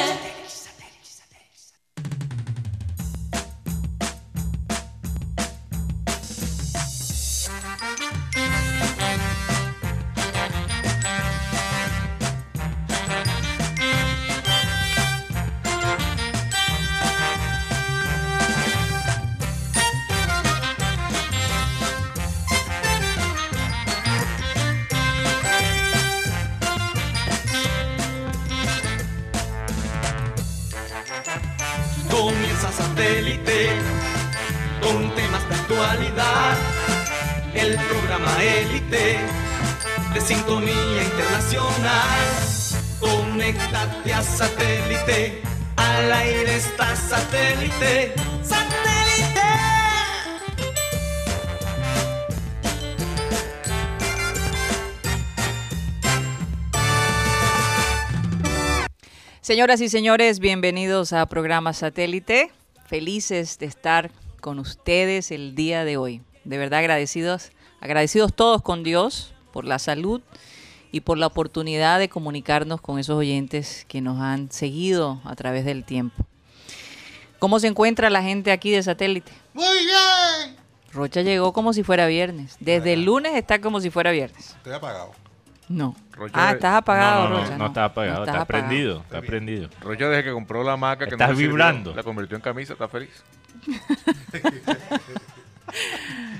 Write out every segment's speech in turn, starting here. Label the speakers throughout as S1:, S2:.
S1: Satellite.
S2: Comienza satélite con temas de actualidad. El programa élite de sintonía internacional. Conéctate a satélite. Al aire está satélite. ¡Satélite!
S3: Señoras y señores, bienvenidos a Programa Satélite. Felices de estar con ustedes el día de hoy. De verdad agradecidos, agradecidos todos con Dios por la salud y por la oportunidad de comunicarnos con esos oyentes que nos han seguido a través del tiempo. ¿Cómo se encuentra la gente aquí de Satélite?
S4: Muy bien.
S3: Rocha llegó como si fuera viernes. Desde el lunes está como si fuera viernes.
S4: Estoy apagado.
S3: No.
S5: Rocha-
S3: Ah, estás apagado,
S6: no, no, no,
S3: Rocha.
S6: no está apagado,
S3: No
S6: está,
S3: estás apagado.
S6: prendido, está prendido.
S5: Rocha desde que compró la maca que
S6: Estás
S5: le sirvió,
S6: vibrando.
S5: la convirtió en camisa, está feliz.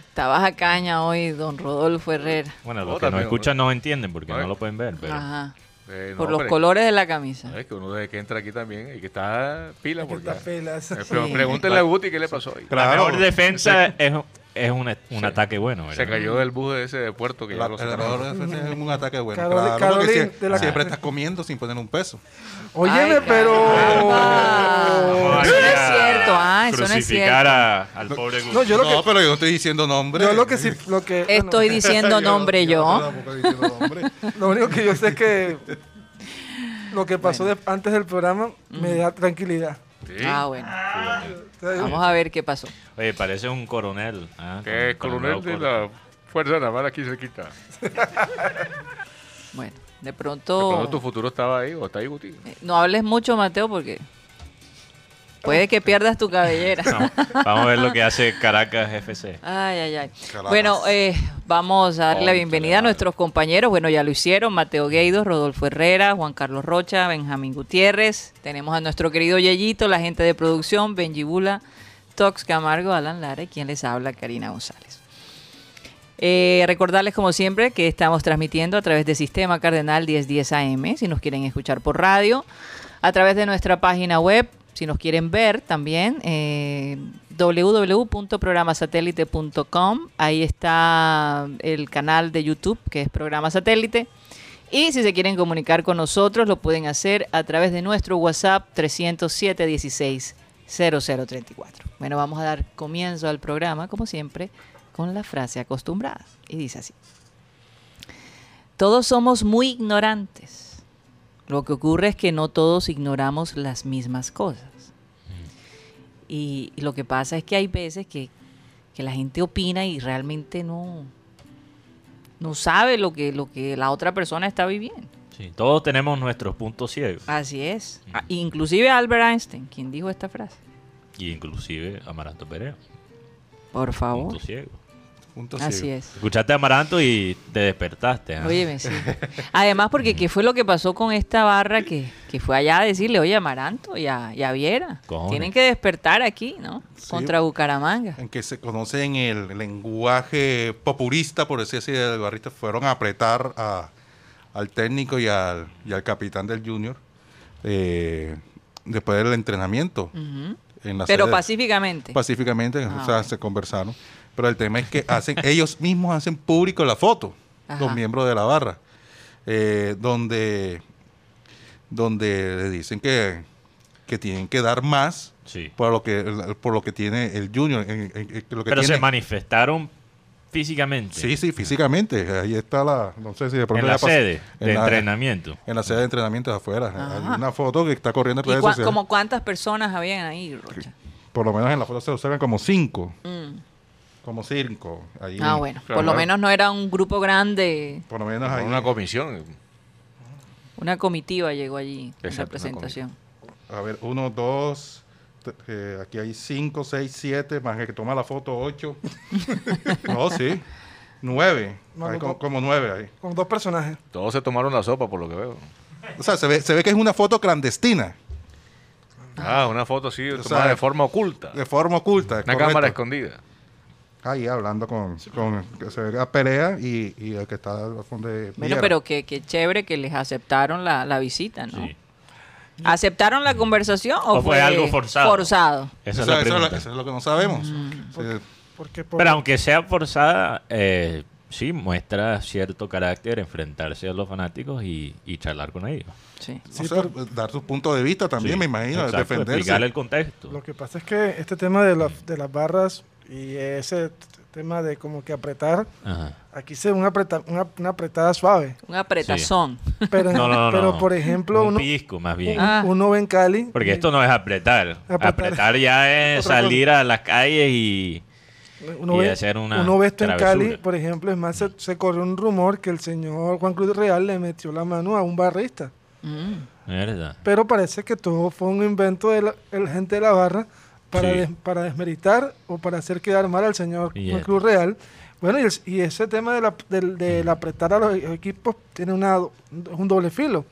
S3: Estabas a caña hoy, don Rodolfo Herrera.
S6: Bueno,
S5: Oh,
S6: los que nos
S5: también,
S6: escuchan no entienden porque no
S5: Bueno.
S6: lo pueden ver, pero
S3: Ajá.
S5: Eh,
S3: Por
S5: no,
S3: los
S5: pero-
S3: colores de la camisa.
S5: Es que uno desde que entra aquí también, y que está pila porque...
S7: pelas.
S5: Eh, pero
S3: Sí.
S5: Pregúntenle a Guti qué le pasó hoy.
S6: la
S4: Claro.
S6: mejor defensa es, es un, un ataque bueno. ¿verdad?
S5: Se cayó del bus de ese de puerto que
S4: El
S5: ya lo sacaron.
S4: error es un ataque bueno.
S7: Carol-
S4: Claro,
S7: Carolín,
S4: porque sie-
S7: de la-
S4: siempre estás comiendo sin poner un peso.
S7: Óyeme,
S3: Ay,
S7: pero.
S3: caramba.
S6: Vamos
S3: Eso no
S6: aquí
S3: es
S6: a
S3: cierto, ah, eso no es
S6: Crucificar
S3: cierto.
S6: a- al pobre Guti.
S7: No, yo lo
S4: no,
S7: que.
S4: pero yo no estoy diciendo nombre.
S7: Yo lo que ¿Ah? sí. Lo que, bueno,
S3: Estoy diciendo nombre yo.
S4: tampoco estoy diciendo nombre.
S7: lo único que yo sé es que. Lo que pasó de- antes del programa me da tranquilidad.
S5: Sí.
S3: Ah, bueno.
S7: O sea, yo-
S3: Vamos a ver qué pasó.
S6: Oye, parece un coronel. ah,
S5: Que es
S6: con- con
S5: coronel
S6: un
S5: de
S6: nuevo
S5: la Fuerza Naval aquí cerquita.
S3: Bueno, de
S5: De pronto tu
S3: pronto
S5: futuro estaba ahí o está ahí, Guti.
S3: eh, no hables mucho, Mateo, porque puede que pierdas tu cabellera.
S6: cor- Vamos, vamos a ver lo que hace Caracas FC.
S3: Ay, ay, ay.
S4: Caramba.
S3: Bueno, eh, vamos a darle la
S6: Ponte
S3: bienvenida a
S6: la madre.
S3: nuestros compañeros. Bueno, ya lo hicieron. Mateo Gueidos, Rodolfo Herrera, Juan Carlos Rocha, Benjamín Gutiérrez. Tenemos a nuestro querido Yeyito, la gente de producción, Benji Bula, Tox Camargo, Alan Lara y quien les habla, Karina González. Eh, recordarles como siempre que estamos transmitiendo a través de Sistema Cardenal 1010 AM, si nos quieren escuchar por radio, a través de nuestra página web, si nos quieren ver también, eh, www.programasatélite.com, ahí está el canal de YouTube que es Programa Satélite. Y si se quieren comunicar con nosotros, lo pueden hacer a través de nuestro WhatsApp 307 16 0034. Bueno, vamos a dar comienzo al programa, como siempre, con la frase acostumbrada. Y dice así. Todos somos muy ignorantes. Lo que ocurre es que no todos ignoramos las mismas cosas. Y, y lo que pasa es que hay veces que, que la gente opina y realmente no, no sabe lo que, lo que la otra persona está viviendo.
S6: Sí, todos tenemos nuestros puntos ciegos.
S3: Así es. Ah, Inclusive Albert Einstein, quien dijo esta frase.
S6: Y inclusive Amaranto Perea.
S3: Por favor.
S6: Punto ciego.
S4: Punto
S3: Así
S4: ciego.
S3: es.
S6: Escuchaste a Amaranto y te despertaste. ah.
S3: Óyeme, sí. Además, porque qué fue lo que pasó con esta barra que, que fue allá a decirle, oye, Amaranto y a, y a Viera,
S6: Cojones.
S3: tienen que despertar aquí, ¿no?
S4: Sí.
S3: Contra Bucaramanga.
S4: En que se conoce en el lenguaje populista, por decir así, del barrista, fueron a apretar a- al técnico y al, y al capitán del Junior eh, después del entrenamiento.
S3: Ujú.
S4: en la
S3: Pero
S4: sede-
S3: pacíficamente.
S4: pacíficamente,
S3: Ah,
S4: o sea,
S3: ok.
S4: se conversaron. Pero el tema es que hacen, ellos mismos hacen público la foto,
S3: Ajá.
S4: los miembros de la barra, eh, donde, donde le dicen que, que tienen que dar más
S6: Sí.
S4: por lo que por lo que tiene el junior, en- en- en lo que
S6: Pero
S4: tiene-
S6: se manifestaron físicamente.
S4: Sí, sí, físicamente. Ahí está la, no sé si de pronto
S6: En
S4: ya
S6: la
S4: pasó-
S6: sede
S4: en
S6: de
S4: la-
S6: entrenamiento.
S4: En la sede de entrenamiento afuera. Hay
S3: Ajá.
S4: una foto que está corriendo en
S3: ¿Y
S4: redes
S3: cua-
S4: sociales.
S3: como cuántas personas habían ahí, Rocha?
S4: Por lo menos en la foto se observan como cinco.
S3: Mm.
S4: Como cinco. Ahí,
S3: Ah, bueno. Por
S5: Claro.
S3: lo menos no era un grupo grande.
S4: Por lo menos
S5: Con
S4: ahí.
S5: una comisión.
S3: Una comitiva llegó allí, en
S5: Exacto, una
S3: representación.
S4: A ver, uno, dos. t- eh, aquí hay cinco, seis, siete. Más el que toma la foto, ocho. no, sí. Nueve.
S7: No,
S4: Hay
S7: no,
S4: como,
S7: no.
S4: como nueve ahí.
S7: Con dos personajes.
S5: Todos se tomaron la sopa, por lo que veo.
S4: O sea, se ve, se ve que es una foto clandestina,
S5: Ah, una foto así,
S4: O
S5: tomada
S4: sea,
S5: de forma oculta.
S4: de forma oculta.
S5: Una
S4: correcto.
S5: cámara escondida.
S4: Ahí hablando con, con que se ve la pelea y, y el que está al fondo de.
S3: Bueno,
S4: Piñera.
S3: pero que, que chévere que les aceptaron la, la visita, ¿no?
S6: Sí.
S3: ¿Aceptaron la conversación o,
S6: ¿O fue algo forzado?
S3: Forzado.
S4: Eso,
S6: Esa es la
S4: eso es lo,
S6: pregunta.
S4: eso es lo que no sabemos. Sí.
S7: Porque por-
S6: Pero aunque sea forzada, eh, sí muestra cierto carácter enfrentarse a los fanáticos y, y charlar con ellos.
S3: Sí.
S4: O sea, dar su punto de vista también,
S6: Sí,
S4: me imagino,
S6: exacto,
S4: defenderse.
S6: Explicarle el contexto.
S7: lo que pasa es que este tema de, las- de las barras y ese t- tema de como que apretar,
S6: Ajá.
S7: aquí se ve una, apreta- una, una apretada suave.
S3: Un apretazón.
S7: Pero,
S6: No, no, no,
S7: pero
S6: no.
S7: por ejemplo,
S6: un
S7: uno,
S6: pellizco, más bien.
S3: Ah.
S7: uno ve en Cali.
S6: Porque esto no es apretar.
S7: Apretar.
S6: Apretar, ya es
S7: Otra cosa.
S6: salir a las calles y...
S7: Uno
S6: y
S7: ve,
S6: hacer una
S7: uno ve esto en
S6: travesura.
S7: Cali, por ejemplo, es más, se, se corrió un rumor que el señor Juan Cruz Real le metió la mano a un barrista.
S3: Mm.
S6: ¿Verdad?
S7: Pero parece que todo fue un invento de la el gente de la barra para,
S6: Sí.
S7: des- para desmeritar o para hacer quedar mal al señor
S6: Y
S7: Juan
S6: ya.
S7: Cruz Real. Bueno, y, el- y ese tema del del-
S6: Mm.
S7: del apretar a los e-, equipos tiene una, do- un doble filo.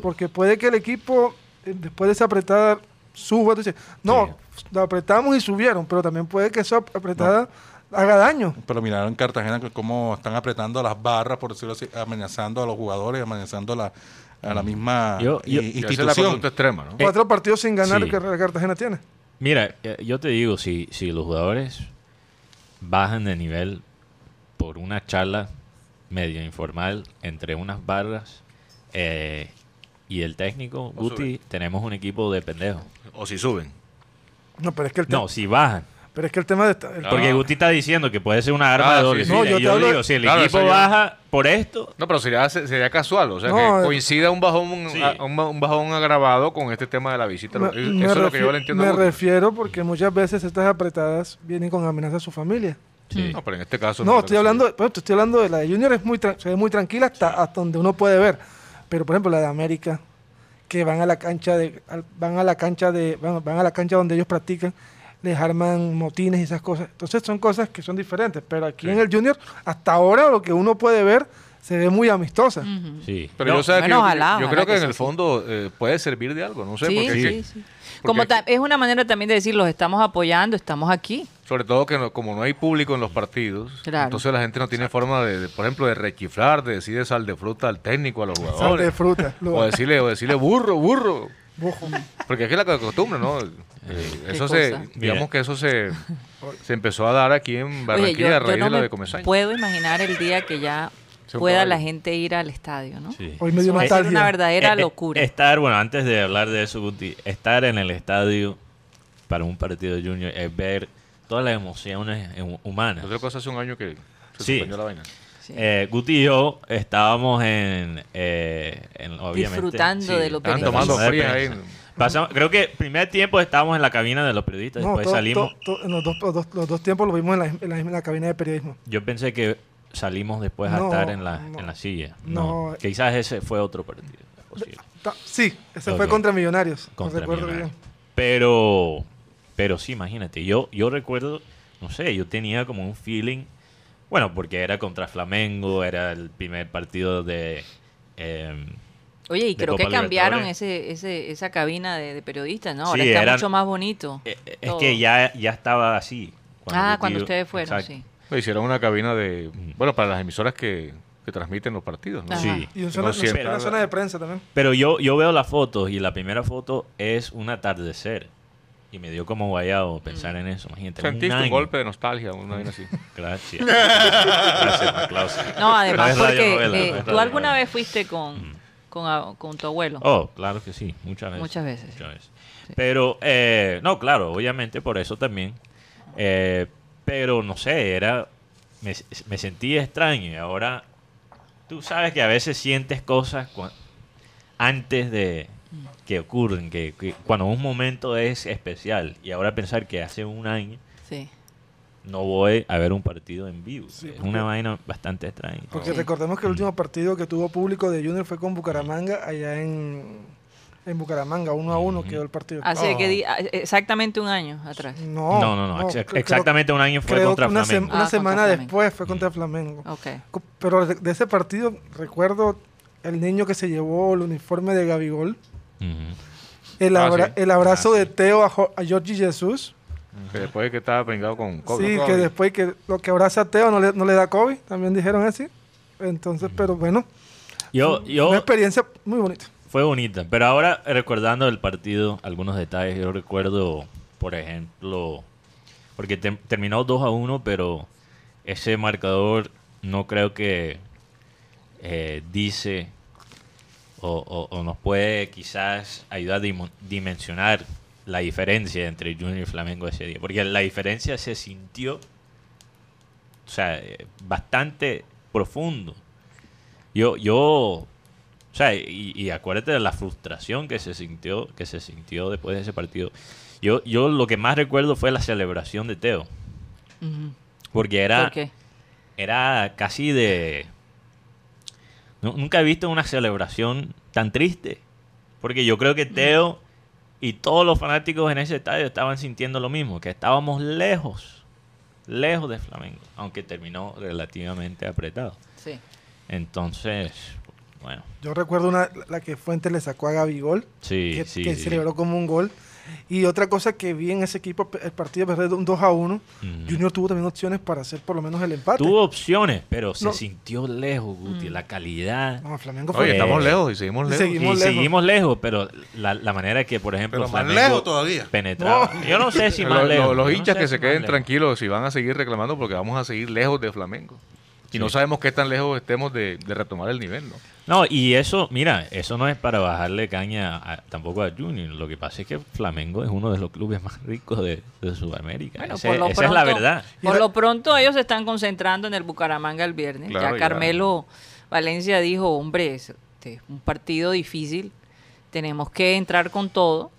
S7: Porque puede que el equipo, eh, después de esa apretada, suba. Tú dices, no, la apretamos y subieron, pero también puede que esa ap- apretada haga daño.
S4: Pero miraron en Cartagena que cómo están apretando las barras, por decirlo así, amenazando a los jugadores, amenazando a la, a la misma
S6: Yo- yo-
S4: i-
S5: Y esa es la
S4: institución.
S5: conducta extrema, ¿no?
S7: Cuatro partidos sin ganar
S6: sí.
S7: que la Cartagena tiene.
S6: Mira, eh, yo te digo, si, si los jugadores bajan de nivel por una charla medio informal entre unas barras eh, y el técnico, Guti, tenemos un equipo de pendejos.
S5: O si suben.
S7: No, pero es que el, te-
S6: No, si bajan.
S7: pero es que el tema de... esta- el-
S5: Ah.
S6: Porque Guti está diciendo que puede ser una arma
S5: Ah,
S6: de
S5: sí,
S6: doble
S5: sí.
S6: filo.
S7: No, yo
S6: Y
S7: te
S6: yo
S7: hablo-
S6: digo, si el
S5: Claro,
S6: equipo
S5: eso yo-
S6: baja por esto,
S5: No, pero sería, sería casual, o sea,
S7: No, eh.
S5: que coincida un bajón,
S6: Sí.
S5: a- un, ba- un bajón agravado con este tema de la visita.
S7: Me-
S5: Eso
S7: me
S5: es lo que yo
S7: refi-
S5: le entiendo. a
S7: Me
S5: Guti.
S7: refiero porque muchas veces estas apretadas vienen con amenaza a su familia.
S6: sí.
S5: No, pero en este caso...
S7: No,
S5: creo
S7: estoy
S5: que
S7: hablando, pues, te estoy hablando de la de Junior, es muy tran- se ve muy tranquila hasta, hasta donde uno puede ver. Pero por ejemplo la de América, que van a la cancha de, al- van a la cancha de, van, van a la cancha donde ellos practican, les arman motines y esas cosas. Entonces son cosas que son diferentes. Pero aquí en el Junior, hasta ahora lo que uno puede ver se ve muy amistosa.
S3: Ujú.
S6: sí.
S5: Pero
S6: No,
S5: yo, sabes que
S3: bueno,
S5: yo-
S3: ojalá,
S5: yo
S3: ojalá
S5: creo que,
S3: que
S5: en
S3: sea
S5: el
S3: así.
S5: fondo eh, puede servir de algo, no sé,
S3: Sí,
S5: porque es que-
S3: sí, sí. Como
S5: es que-
S3: ta- es una manera también de decir, los estamos apoyando, estamos aquí.
S5: sobre todo que no- como no hay público en los partidos,
S3: Claro.
S5: entonces la gente no tiene forma de, de, por ejemplo, de rechiflar, de decir de sal de fruta al técnico, a los
S7: Sal de
S5: jugadores,
S7: fruta. lo-
S5: o decirle, o decirle burro, burro,
S7: bojo.
S5: porque es que es la costumbre, ¿no? Eh,
S3: Qué
S5: eso se,
S3: cosa.
S6: Mira.
S5: digamos que eso se, se empezó a dar aquí en Barranquilla
S3: yo-
S5: a
S3: yo
S5: raíz
S3: no
S5: de la
S3: me
S5: de Comesaña.
S3: puedo imaginar el día que ya
S5: Sea un
S3: pueda
S5: caballo.
S3: la gente ir al estadio, ¿no?
S6: sí.
S7: Hoy me dio
S3: Eso va a ser
S7: nostalgia.
S3: una verdadera
S6: Eh, eh,
S3: locura.
S6: Estar, bueno, antes de hablar de eso, Guti, estar en el estadio para un partido de Junior es ver todas las emociones eh, humanas.
S5: Otra cosa hace un año que se
S6: Sí.
S5: suspendió la vaina.
S3: Sí.
S6: Eh, Guti y yo estábamos en, eh, en- obviamente,
S3: Disfrutando de lo
S5: Estaban
S3: Open
S5: tomando
S6: Pasamos de
S5: frías ahí.
S6: prensa. Pasamos- creo que primer tiempo estábamos en la cabina de los periodistas,
S7: No,
S6: después
S7: to- to-
S6: salimos.
S7: to- en los, dos, los dos- los dos tiempos lo vimos en la, en la- en la cabina de periodismo.
S6: Yo pensé que salimos después
S7: No,
S6: a estar en la,
S7: no.
S6: en la silla.
S7: No.
S6: No, quizás ese fue otro partido. es posible.
S7: Ta- Sí, ese
S6: Ok.
S7: fue contra Millonarios. no
S6: contra
S7: recuerdo bien.
S6: Millonarios. Pero, pero sí, imagínate, yo, yo recuerdo, no sé, yo tenía como un feeling, bueno, porque era contra Flamengo, era el primer partido de... eh,
S3: Oye, y
S6: de
S3: creo que
S6: Copa
S3: cambiaron
S6: Libertadores.
S3: ese, ese, esa cabina de, de periodistas, ¿no? Ahora
S6: Sí,
S3: está
S6: eran-
S3: mucho más bonito.
S6: eh, eh, es
S3: todo.
S6: que ya, ya estaba así.
S3: ah,
S6: yo
S3: cuando
S6: digo-
S3: ustedes fueron,
S6: Exacto.
S3: sí.
S5: Lo Hicieron una cabina de, bueno, para las emisoras que, que transmiten los partidos, ¿no?
S3: Ajá.
S6: Sí.
S7: Y un zona-
S5: No siempre.
S7: una zona de prensa también.
S6: Pero yo, yo veo las fotos y la primera foto es un atardecer. Y me dio como guayado
S3: Mm.
S6: pensar en eso. Imagínate, era
S5: Sentiste un
S6: año.
S5: golpe de nostalgia, una vaina así.
S6: Gracias. Gracias, Maclaus.
S3: No, además
S6: es
S3: porque
S6: radionovela,
S3: eh,
S6: no es
S3: tú alguna
S6: radionovela.
S3: vez fuiste con, con, a- con tu abuelo.
S6: Oh, claro que sí, muchas veces.
S3: Muchas veces,
S6: Muchas veces. Pero, eh, no, claro, obviamente por eso también. Eh, pero no sé, era. Me, me sentí extraño y ahora. Tú sabes que a veces sientes cosas cua- antes de que ocurren, que, que cuando un momento es especial y ahora pensar que hace un año
S3: Sí.
S6: no voy a ver un partido en vivo. es una vaina bastante extraña.
S7: Porque recordemos que el último partido que tuvo público de Junior fue con Bucaramanga, allá en, en Bucaramanga, uno a uno quedó el partido.
S3: Hace
S7: Oh.
S3: que di- a- exactamente un año atrás.
S7: No,
S6: No, no, no. ex-
S7: creo- creo-
S6: exactamente un año fue
S7: creo
S6: contra
S7: que una, sem-
S6: Flamengo.
S3: Ah,
S7: una
S3: contra
S7: semana
S3: Flamengo.
S7: después fue contra Flamengo.
S3: Ok.
S7: Co- Pero de, de ese partido recuerdo el niño que se llevó el uniforme de Gabigol,
S6: Ujú.
S7: el,
S5: Ah,
S7: abra-
S5: sí.
S7: el abrazo de Teo a, Jo- a Jorge Jesús.
S5: Que después de que estaba pringado con COVID.
S7: sí,
S4: Covid.
S7: que después que lo que abraza a Teo no le, no le da COVID, también dijeron así. Entonces, pero bueno,
S6: Mm. Yo,
S7: una
S6: yo
S7: experiencia muy bonita.
S6: fue bonita, pero ahora eh, recordando el partido, algunos detalles, yo recuerdo, por ejemplo, porque tem- terminó 2 a 1, pero ese marcador no creo que eh, dice o, o- o nos puede quizás ayudar a dimo- dimensionar la diferencia entre Junior y Flamengo ese día, porque la diferencia se sintió, o sea, eh, bastante profundo. Yo, yo o sea, y, y acuérdate de la frustración que se sintió, que se sintió después de ese partido. Yo, yo lo que más recuerdo fue la celebración de Teo.
S3: Ujú.
S6: Porque era,
S3: ¿Por qué?
S6: era casi de. Nu- nunca he visto una celebración tan triste. Porque yo creo que
S3: Mm.
S6: Teo y todos los fanáticos en ese estadio estaban sintiendo lo mismo, que estábamos lejos, lejos de Flamengo, aunque terminó relativamente apretado.
S3: Sí.
S6: Entonces, bueno,
S7: Yo recuerdo una, la que Fuentes le sacó a Gabigol,
S6: sí,
S7: que,
S6: sí.
S7: que
S6: sí.
S7: celebró como un gol. Y otra cosa que vi en ese equipo, el partido perdió de un 2 a 1.
S6: Ujú.
S7: Junior tuvo también opciones para hacer por lo menos el
S5: Ah,
S7: empate.
S6: Tuvo opciones, pero se
S7: No.
S6: sintió lejos, Guti.
S3: Mm.
S6: La calidad.
S7: No, Flamengo fue.
S5: Oye, estamos
S6: Eh,
S5: lejos y seguimos lejos.
S6: Y
S7: seguimos lejos.
S6: seguimos lejos, pero la, la manera que, por ejemplo,
S4: Pero más
S6: Flamengo
S4: lejos todavía.
S6: penetraba. Yo no sé si
S5: Lo-
S6: más
S5: lo-
S6: lejos.
S5: los
S6: yo no
S5: hinchas
S6: sé
S5: que
S6: si
S5: se
S6: más
S5: queden
S6: lejos.
S5: tranquilos y van a seguir reclamando porque vamos a seguir lejos de Flamengo. Y no
S6: Sí.
S5: sabemos qué tan lejos estemos de, de retomar el nivel, ¿no?
S6: No, y eso, mira, eso no es para bajarle caña a- tampoco a Junior. Lo que pasa es que Flamengo es uno de los clubes más ricos de, de Sudamérica.
S3: Bueno,
S6: Ese-
S3: por lo
S6: esa es la
S3: pronto-
S6: verdad.
S7: Y
S3: Por
S7: la-
S3: lo pronto ellos se están concentrando en el Bucaramanga el viernes.
S5: Claro,
S3: ya
S5: ya.
S3: Carmelo Valencia dijo, hombre, es este es un partido difícil, tenemos que entrar con todo,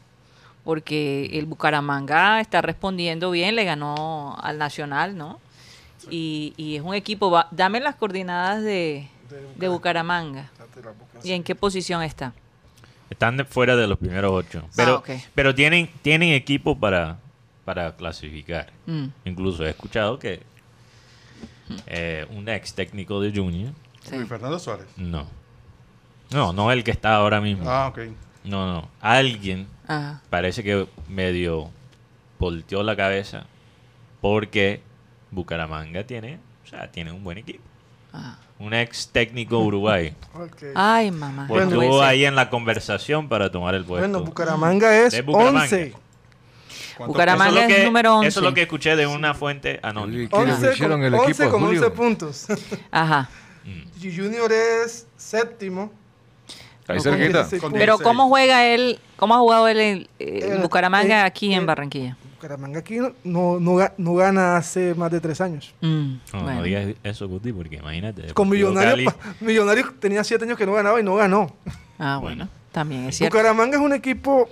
S3: porque el Bucaramanga está respondiendo bien, le ganó al Nacional, ¿no? Y, y es un equipo, va- dame las coordenadas de, de Bucaramanga y en qué posición está.
S6: Están de- fuera de los primeros ocho. Pero,
S3: Ah, ok.
S6: pero tienen, tienen equipo para, para clasificar.
S3: Mm,
S6: Incluso he escuchado que eh, un ex técnico de Junior,
S3: sí.
S4: Luis Fernando Suárez.
S6: no. No, no el que está ahora mismo.
S4: Ah, ok.
S6: No, no. Alguien
S3: Ajá.
S6: parece que medio volteó la cabeza porque Bucaramanga tiene, o sea, tiene un buen equipo.
S3: ajá.
S6: Un ex técnico uruguay.
S3: Ah.
S6: Pues
S7: Ok.
S3: Ay, mamá.
S7: Bueno, pues,
S6: estuvo
S3: puede ser.
S6: ahí en la conversación para tomar el puesto.
S7: bueno, Bucaramanga es
S6: De Bucaramanga.
S7: 11.
S4: ¿Cuántos
S3: Bucaramanga.
S6: Eso es lo
S3: es
S6: que-
S3: número 11.
S6: Eso es lo que escuché de una fuente anónima.
S5: Que le
S7: 11
S5: hicieron
S7: con,
S5: el
S7: 11
S5: equipo de
S7: con
S5: Julio.
S7: 11 puntos.
S3: Ajá.
S7: Y Junior es séptimo.
S5: Ahí
S7: No,
S5: cerquita.
S7: con 16
S4: Con
S7: puntos.
S3: Pero
S4: 16.
S3: ¿cómo juega él? ¿Cómo ha jugado él en, eh, en
S7: Eh,
S3: Bucaramanga
S7: eh,
S3: aquí en
S7: eh,
S3: Barranquilla?
S7: Bucaramanga aquí no, no, no ga- no gana hace más de tres años.
S3: Mm,
S6: No, no
S3: bueno.
S6: digas eso, Guti, porque imagínate.
S7: Con
S6: Deportivo Cali-
S7: Millonarios, pa- Millonarios tenía siete años que no ganaba y no ganó.
S3: Ah, bueno. También es cierto.
S7: Bucaramanga es un equipo.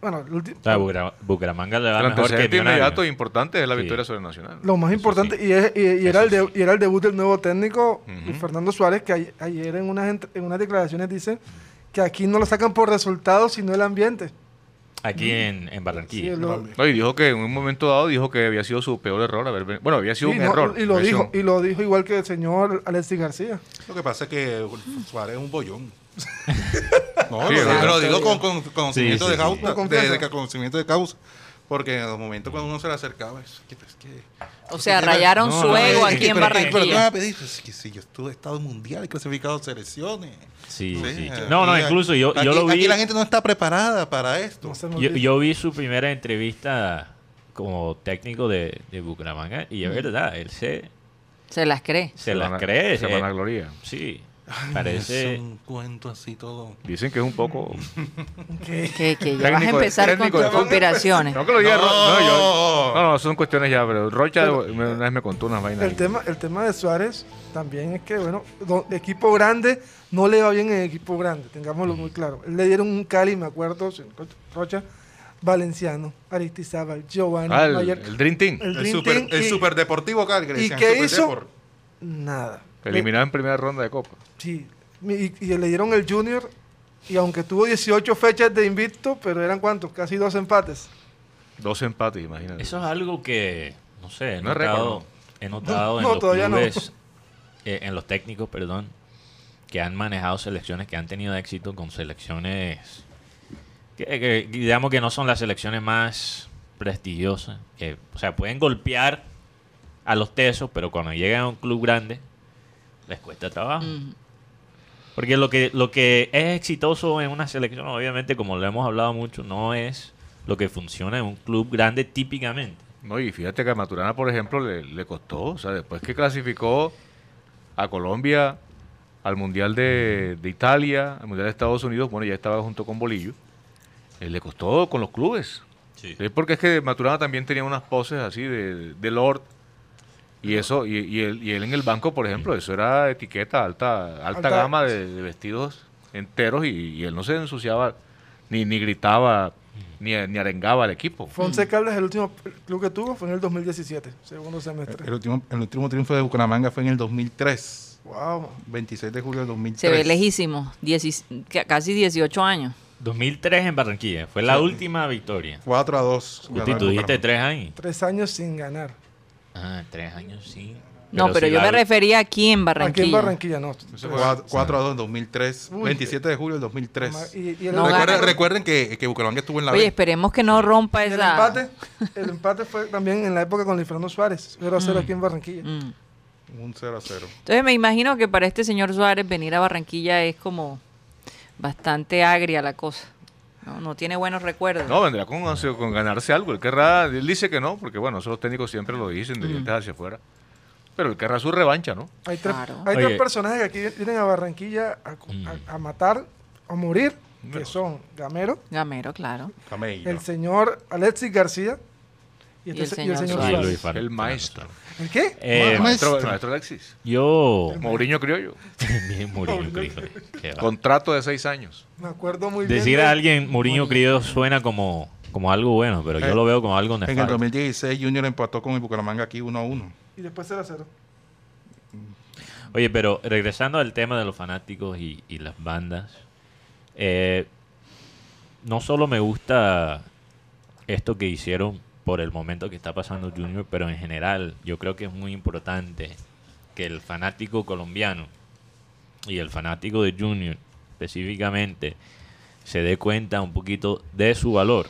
S7: Bueno, el ulti-
S6: O sea, Bucara- Bucaramanga le va
S5: El
S6: mejor que
S5: antecedente inmediato
S6: Millonarios.
S5: importante es la
S6: Sí.
S5: victoria sobre Nacional.
S7: lo más
S6: Eso
S7: importante,
S6: sí.
S7: y, es- y- y
S6: Eso
S7: era el de-
S6: sí.
S7: y era el debut del nuevo técnico,
S5: Ujú.
S7: Fernando Suárez, que a- ayer en unas, ent- en unas declaraciones dice que aquí no lo sacan por resultados, sino el ambiente.
S6: Aquí en, en Barranquilla.
S7: Sí, lo-
S5: No, y dijo que en un momento dado dijo que había sido su peor error. haber ven- bueno, había sido
S7: Sí,
S5: un
S7: no,
S5: error.
S7: y lo
S5: haber sido
S7: dijo,
S5: un-
S7: y lo dijo igual que el señor Alexis García.
S4: Lo que pasa es que Suárez es un bollón. no,
S5: Sí,
S4: lo-
S5: ¿verdad?
S4: te lo digo con, con- con conocimiento
S6: Sí,
S4: de
S6: sí, sí.
S4: causa.
S7: Con
S4: de- de
S7: confianza.
S4: conocimiento de causa. Porque en los momentos cuando uno se le acercaba, es que. es que-
S3: O
S4: es
S3: sea,
S4: que tiene-
S3: rayaron
S5: no,
S3: su
S5: no,
S3: ego
S4: es que-
S3: aquí en
S4: pero- Pero ¿qué me
S3: Barranquilla.
S4: vas a pedir? Es que si yo estuve estado mundial y clasificado selecciones.
S6: Sí,
S4: Sí, eh,
S6: sí.
S4: aquí-
S6: No, no, incluso yo, yo
S4: aquí-
S6: lo vi.
S4: Aquí la gente no está preparada para esto.
S7: No se me
S6: Yo,
S7: olvide.
S6: yo vi su primera entrevista como técnico de, de Bucaramanga y es verdad, él se,
S3: Se las cree.
S6: se las
S5: van a-
S6: cree.
S5: Se
S6: eh,
S5: van a gloria.
S6: sí,
S4: Ay, Es
S6: parece.
S4: un cuento así todo.
S5: Dicen que es un poco.
S7: Que-
S3: Que, que ya vas a
S5: Técnico de-
S3: empezar con
S5: técnico de
S3: tus
S5: fútbol.
S3: conspiraciones.
S5: No, que lo diga
S4: No.
S5: Ro- no, yo- no, no, son cuestiones ya, pero Rocha me- una vez me contó unas vainas.
S7: El tema, el tema de Suárez también es que, bueno, do- equipo grande no le va bien en equipo grande, tengámoslo muy claro. Él le dieron un Cali, me acuerdo, sin- Rocha, Valenciano, Aristizábal, Giovanni,
S5: Ah, el,
S7: Mayer-
S5: el Dream Team.
S7: el
S4: El,
S7: Dream
S4: super,
S7: Team
S4: el
S7: y-
S4: Superdeportivo Calgary.
S7: ¿y
S4: decían,
S7: qué hizo?
S4: Superdeport.
S7: Nada.
S5: Eliminado en primera ronda de Copa.
S7: Sí, mi- y, y le dieron el Junior, y aunque tuvo 18 fechas de invicto, pero eran cuántos, casi dos empates.
S5: Dos empates, imagínate.
S6: Eso es algo que, no sé, he
S5: No es récord,
S6: notado,
S5: ¿no?
S6: he notado
S7: No,
S6: en los
S7: todavía no.
S6: clubes, eh, en los técnicos, perdón, que han manejado selecciones, que han tenido éxito con selecciones que, que digamos que no son las selecciones más prestigiosas. Que, o sea, pueden golpear a los tesos, pero cuando llegan a un club grande, les cuesta trabajo.
S3: Mm.
S6: Porque lo que, lo que es exitoso en una selección, obviamente, como lo hemos hablado mucho, no es lo que funciona en un club grande típicamente.
S5: No, y fíjate que a Maturana, por ejemplo, le, le costó. O sea, después que clasificó a Colombia al Mundial de, de Italia, al Mundial de Estados Unidos, bueno, ya estaba junto con Bolillo. eh, le costó con los clubes. Sí, porque es que Maturana también tenía unas poses así de, de Lord. Y eso, y, y él, y él en el banco, por ejemplo, eso era etiqueta, alta, alta,
S7: Alta-
S5: gama de, de vestidos enteros y, y él no se ensuciaba, ni, ni gritaba, ni, ni arengaba al equipo.
S4: Mm.
S7: Fonseca Caldas, el último club que tuvo fue en el 2017, segundo semestre.
S4: El último, el último triunfo de Bucaramanga fue en el 2003.
S7: Wow.
S4: 26 de julio del 2003.
S3: Se ve lejísimo, dieci- ca- casi 18 años.
S6: 2003 en Barranquilla. Fue la última victoria.
S4: 4 a 2.
S6: Guti, tú dijiste tres años.
S7: Tres años sin ganar.
S6: Ah, tres años sí.
S3: No, pero
S6: si
S3: yo
S6: la-
S3: me refería aquí en
S7: Aquí
S3: Barranquilla.
S7: en Barranquilla, no.
S4: 4, a 2 en 2003.
S6: eh.
S7: Uy.
S4: 27 de julio del 2003.
S7: Y- y el-
S3: No
S4: Recuerden-
S3: ganaron.
S4: recuerden que, que Bucaramanga estuvo en la
S3: Oye,
S4: B.
S3: esperemos que no rompa
S7: El
S3: esa...
S7: empate, el empate fue también en la época con Fernando Suárez, 0 a 0 aquí en Barranquilla.
S3: Mm.
S4: Un 0 a 0.
S3: Entonces me imagino que para este señor Suárez venir a Barranquilla es como bastante agria la cosa. No, no tiene buenos recuerdos.
S5: No, vendrá con, ansia- con ganarse algo. Él querrá, él dice que no, porque bueno, esos técnicos siempre lo dicen, de
S3: Mm.
S5: dientes hacia afuera. Pero él querrá su revancha, ¿no?
S7: Hay, tres,
S3: Claro.
S7: hay tres
S6: Oye.
S7: personajes que aquí vi- vienen a Barranquilla a, cu-
S5: Mm.
S7: a- a matar o morir, que son Gamero,
S3: Gamero, claro.
S4: Camello.
S7: el señor Alexis García y, este
S3: Y el
S7: se-
S3: señor
S6: Y
S3: Suárez.
S6: Luis Fernando.
S5: El maestro.
S7: ¿El qué?
S6: Eh,
S5: el, maestro el maestro Alexis.
S6: yo
S5: Mourinho Criollo.
S6: también Mourinho Criollo. Qué va.
S5: Contrato de seis años.
S7: Me acuerdo muy bien.
S6: Decir
S7: de-
S6: a alguien Mourinho Criollo suena como, como algo bueno, pero yo
S4: Eh,
S6: lo veo como algo
S4: En el
S6: nefasto.
S4: 2016 Junior empató con el Bucaramanga aquí 1 a 1.
S7: Y después 0 a 0.
S6: Oye, pero regresando al tema de los fanáticos y, y las bandas, eh, no solo me gusta esto que hicieron por el momento que está pasando Junior, pero en general yo creo que es muy importante que el fanático colombiano y el fanático de Junior específicamente se dé cuenta un poquito de su valor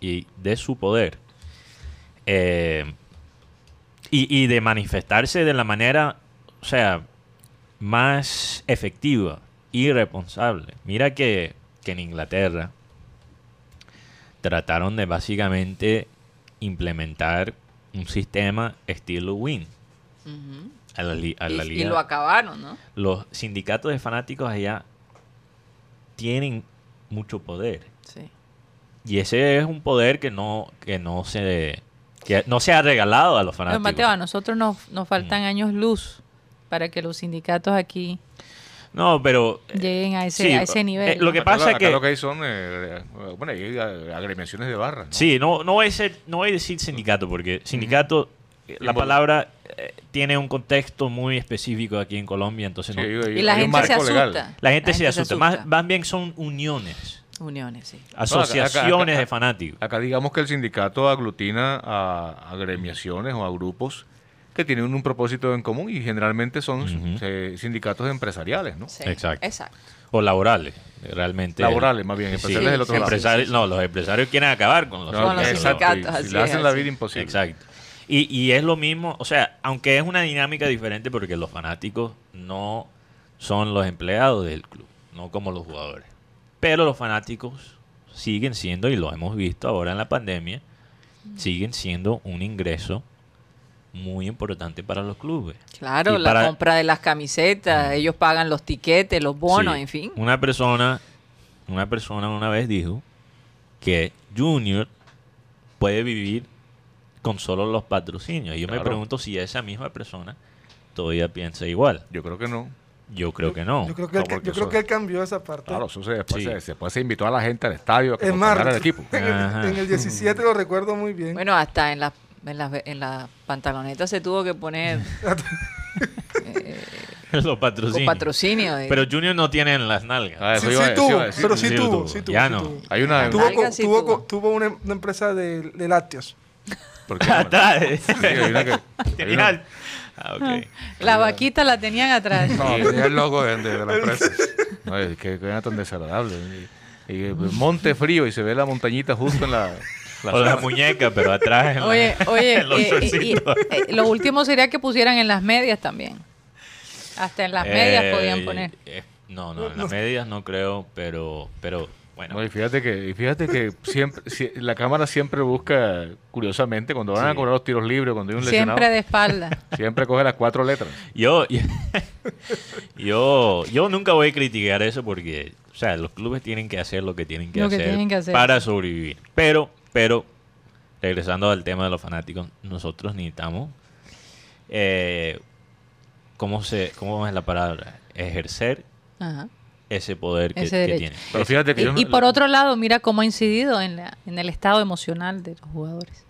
S6: y de su poder. Eh, y, y de manifestarse de la manera, o sea, más efectiva y responsable. Mira que, que en Inglaterra trataron de básicamente implementar un sistema estilo Win
S3: Ujú.
S6: a la, li- a la
S3: Y, y
S6: liga
S3: lo acabaron, ¿no?
S6: los sindicatos de fanáticos allá tienen mucho poder.
S3: Sí.
S6: Y ese es un poder que no, que no se que no se ha regalado a los
S3: Pero,
S6: fanáticos.
S3: Mateo, a nosotros nos, nos
S6: Mm.
S3: faltan años luz para que los sindicatos aquí
S6: No, pero eh,
S3: lleguen a ese,
S6: sí,
S3: a ese nivel.
S6: eh, lo
S3: ¿no?
S6: que
S5: Acá
S6: pasa
S5: lo- acá
S6: que-
S5: lo que hay son, eh, bueno, hay eh, agremiaciones de barra. ¿no?
S6: sí, no, no voy a ser- no voy a decir sindicato, porque sindicato, eh, la palabra eh, tiene un contexto muy específico aquí en Colombia, entonces
S5: Sí,
S6: no-
S5: hay- hay
S3: y la
S5: un
S3: gente se
S5: marco
S3: asusta.
S5: legal.
S6: la gente se asusta. Más, más bien son uniones,
S3: Uniones, sí.
S6: asociaciones de fanáticos.
S5: Acá digamos que el sindicato aglutina a agremiaciones o a grupos que tienen un propósito en común y generalmente son
S6: Ujú.
S5: eh, sindicatos empresariales, ¿no?
S3: Sí,
S6: Exacto.
S3: Exacto.
S6: O laborales, realmente.
S5: Laborales, más bien, empresariales
S6: Sí,
S5: del otro lado.
S6: empresarios- No, los empresarios quieren acabar con los,
S5: No,
S3: Con los
S6: sindicatos.
S5: exacto, y-
S3: sindicatos,
S5: y
S3: así
S5: le
S3: es,
S5: hacen la
S3: así
S5: vida
S3: es.
S5: imposible.
S6: Exacto. Y, y es lo mismo, o sea, aunque es una dinámica diferente porque los fanáticos no son los empleados del club, no como los jugadores. Pero los fanáticos siguen siendo, y lo hemos visto ahora en la pandemia, siguen siendo un ingreso muy importante para los clubes.
S3: Claro,
S6: Y
S3: la
S6: para- Mm.
S3: compra de las camisetas, ellos pagan los tiquetes, los bonos,
S6: Sí.
S3: en fin.
S6: Una persona, una persona una vez dijo que Junior puede vivir con solo los patrocinios. Y yo me
S5: Claro.
S6: pregunto si esa misma persona todavía piensa igual.
S5: Yo creo que no.
S6: Yo creo que no.
S7: Yo creo que,
S5: no,
S7: él, ca-
S5: porque
S7: yo creo
S5: eso-
S7: que él cambió esa parte.
S5: Claro, eso se, después,
S6: Sí.
S5: se, después se invitó a la gente al estadio a que
S7: en
S5: acompañara al
S7: marzo.
S5: equipo.
S7: En el,
S6: Ajá.
S7: en el 17 lo recuerdo muy bien.
S3: Bueno, hasta en las en las en las pantalonetas se tuvo que poner
S6: Los
S3: con
S6: patrocinios.
S3: patrocinio. de-
S6: Pero Junior no tiene en las nalgas.
S5: Ah, eso
S7: sí, sí
S5: iba- eso
S7: tuvo,
S5: iba a decir.
S7: pero sí,
S6: sí lo
S7: tuvo,
S6: tuvo.
S7: sí tuvo.
S6: Ya
S7: sí
S6: no.
S7: tuvo.
S5: Hay una...
S3: Tuvo-
S7: Tuvo,
S3: Nalgas
S7: co-
S3: sí
S7: tuvo,
S3: tuvo.
S7: co- tuvo una, una empresa de, de lácteos.
S5: ¿por qué?
S6: Atrás.
S5: Sí, hay una que- hay
S6: Tenía
S5: una-
S6: al- Ah, ok.
S3: la vaquita la tenían atrás.
S4: No, tenía el logo de, de- de la empresa.
S5: No, es que que era tan desagradable. Y- y- monte frío y se ve la montañita justo en la... la-
S6: O la muñeca, pero atrás. en la-
S3: Oye, oye,
S6: en los
S3: eh, y- y-
S6: shortcitos.
S3: eh, lo último sería que pusieran en las medias también. Hasta en las medias
S6: Eh,
S3: podían poner.
S6: eh, no, no, en las medias no creo, pero, pero bueno.
S5: No, y fíjate que, y fíjate que siempre, si- la cámara siempre busca, curiosamente, cuando van a
S6: Sí.
S5: cobrar los tiros libres, cuando hay un lesionado,
S3: Siempre de espalda.
S5: siempre coge las cuatro letras.
S6: Yo, yo, yo nunca voy a criticar eso porque, o sea, los clubes tienen que hacer lo que tienen que,
S3: Lo que
S6: hacer,
S3: tienen que hacer.
S6: para sobrevivir. Pero, pero, regresando al tema de los fanáticos, nosotros necesitamos, eh, ¿cómo, se, ¿cómo es la palabra? Ejercer
S3: Ajá.
S6: ese poder que,
S3: Ese
S6: que
S3: derecho.
S6: tiene.
S5: Pero fíjate que yo no-
S3: Y, y por otro lado, mira cómo ha incidido en, la- en el estado emocional de los jugadores.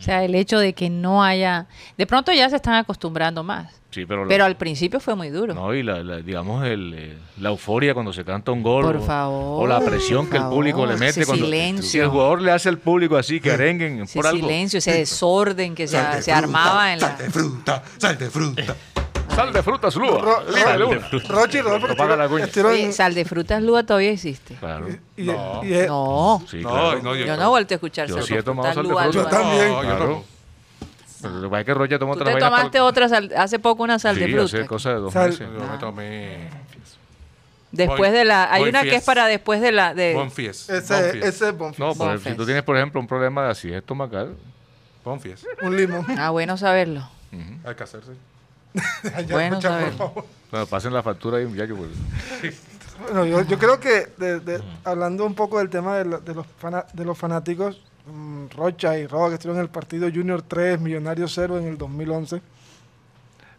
S3: O sea, el hecho de que no haya... De pronto ya se están acostumbrando más.
S5: Sí, pero, la-
S3: Pero al principio fue muy duro.
S5: No, y la, la- digamos el, eh, la euforia cuando se canta un gol.
S3: Por
S5: o-
S3: favor,
S5: O la presión
S3: por
S5: que el público
S3: favor,
S5: le mete.
S3: ese
S5: cuando,
S3: silencio.
S5: Si el jugador le hace al público así, que arenguen
S3: Ese
S5: por algo.
S3: silencio, ese desorden que
S4: Sal
S3: se,
S4: de
S3: se
S4: fruta,
S3: armaba en la...
S4: Sal de fruta, sal de fruta.
S5: Sal de frutas,
S7: Ro-
S5: Lua.
S7: Ro-
S5: Lila,
S7: Ro-
S5: Luna.
S7: Rochi y Rodolfo
S5: Propaga la cuña.
S7: estuvieron
S3: Oye, sal de frutas lúa todavía existe.
S5: Claro.
S7: y-
S4: No.
S7: y- y-
S3: No,
S5: Sí,
S4: No,
S5: claro.
S4: no,
S3: yo no he vuelto a escuchar
S5: Yo
S3: sal
S5: sí
S3: de
S5: he tomado
S3: frutas
S5: sal de
S3: lúa,
S5: frutas.
S3: lúa.
S7: Yo también.
S4: No, yo
S5: Claro.
S4: no.
S5: Pero Lo que pasa es que Rocha tomó
S3: Tú
S5: otra
S3: te
S5: vaina tal-
S3: tomaste otra sal- hace poco una sal
S5: Sí,
S3: de
S5: hace
S3: fruta.
S5: cosa de dos
S7: Sal-
S5: meses.
S4: Yo me tomé
S3: Después de la, hay
S4: Voy
S3: una que es
S4: fiesta.
S3: para después de la de
S4: Bonfies.
S7: Ese,
S4: Bonfies.
S7: ese es Bonfim.
S5: No, pero si
S3: Bonfes.
S5: tú tienes, por ejemplo, un problema de acidez estomacal,
S4: Bonfies.
S7: Un limón.
S3: Ah, bueno saberlo.
S4: Hay que hacerse.
S7: Ya,
S3: Bueno
S7: Rocha, por
S3: saberlo.
S7: favor.
S5: bueno, pasen la factura y ya yo vuelvo.
S7: Bueno, yo, yo creo que de- de- hablando un poco del tema de, lo- de los, fana- de los fanáticos, mm, Rocha y Roa que estuvieron en el partido Junior 3, Millonario 0 en el 2011,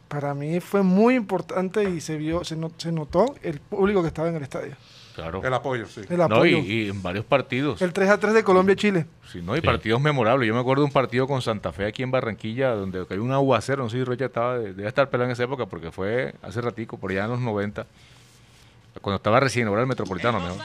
S7: para mí fue muy importante y se vio, se, no- se notó el público que estaba en el estadio.
S5: Claro.
S4: El apoyo, sí.
S7: El
S5: No, y,
S7: apoyo.
S5: y en varios partidos.
S7: el 3 a 3 de Colombia-Chile.
S5: Sí, no, y
S6: Sí.
S5: partidos memorables. Yo me acuerdo de un partido con Santa Fe aquí en Barranquilla, donde cayó un aguacero. No sé si Rocha estaba, de- debe estar pelado en esa época, porque fue hace ratico, por allá en los 90, cuando estaba recién inaugurado el Metropolitano, mejor.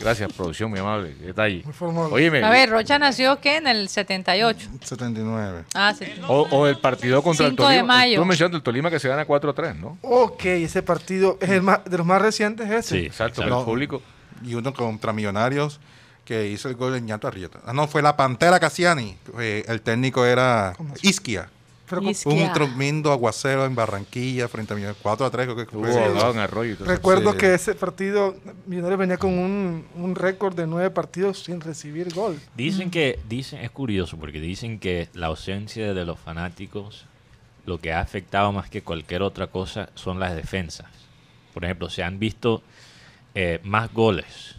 S5: Gracias, producción, muy amable. Detalle.
S7: Muy formal.
S5: Óyeme,
S3: A ver, Rocha nació ¿qué? En el 78.
S4: 79.
S3: Ah, sí.
S5: o, o el partido contra el
S3: Cinco de
S5: Tolima.
S3: mayo.
S5: Tú mencionaste el Tolima que se gana 4 a 3, ¿no?
S7: Ok, ese partido es el más, de los más recientes ese.
S6: Sí,
S5: Exacto, que
S4: exacto.
S5: el público.
S4: Y uno contra Millonarios que hizo el gol de Ñato Arrieta. Ah, no, fue la Pantera Cassiani. Eh, el técnico era Isquia.
S7: Pero
S3: Isquia.
S4: Un tremendo aguacero en Barranquilla frente a Millonarios. 4 a 3 creo que
S5: Hubo
S4: fue.
S5: ahogado en arroyo. y todo eso.
S7: Recuerdo
S4: Sí.
S7: que ese partido, Millonarios venía con un, un récord de nueve partidos sin recibir gol.
S6: Dicen que, dicen, es curioso porque dicen que la ausencia de los fanáticos lo que ha afectado más que cualquier otra cosa son las defensas. Por ejemplo, se han visto eh, más goles.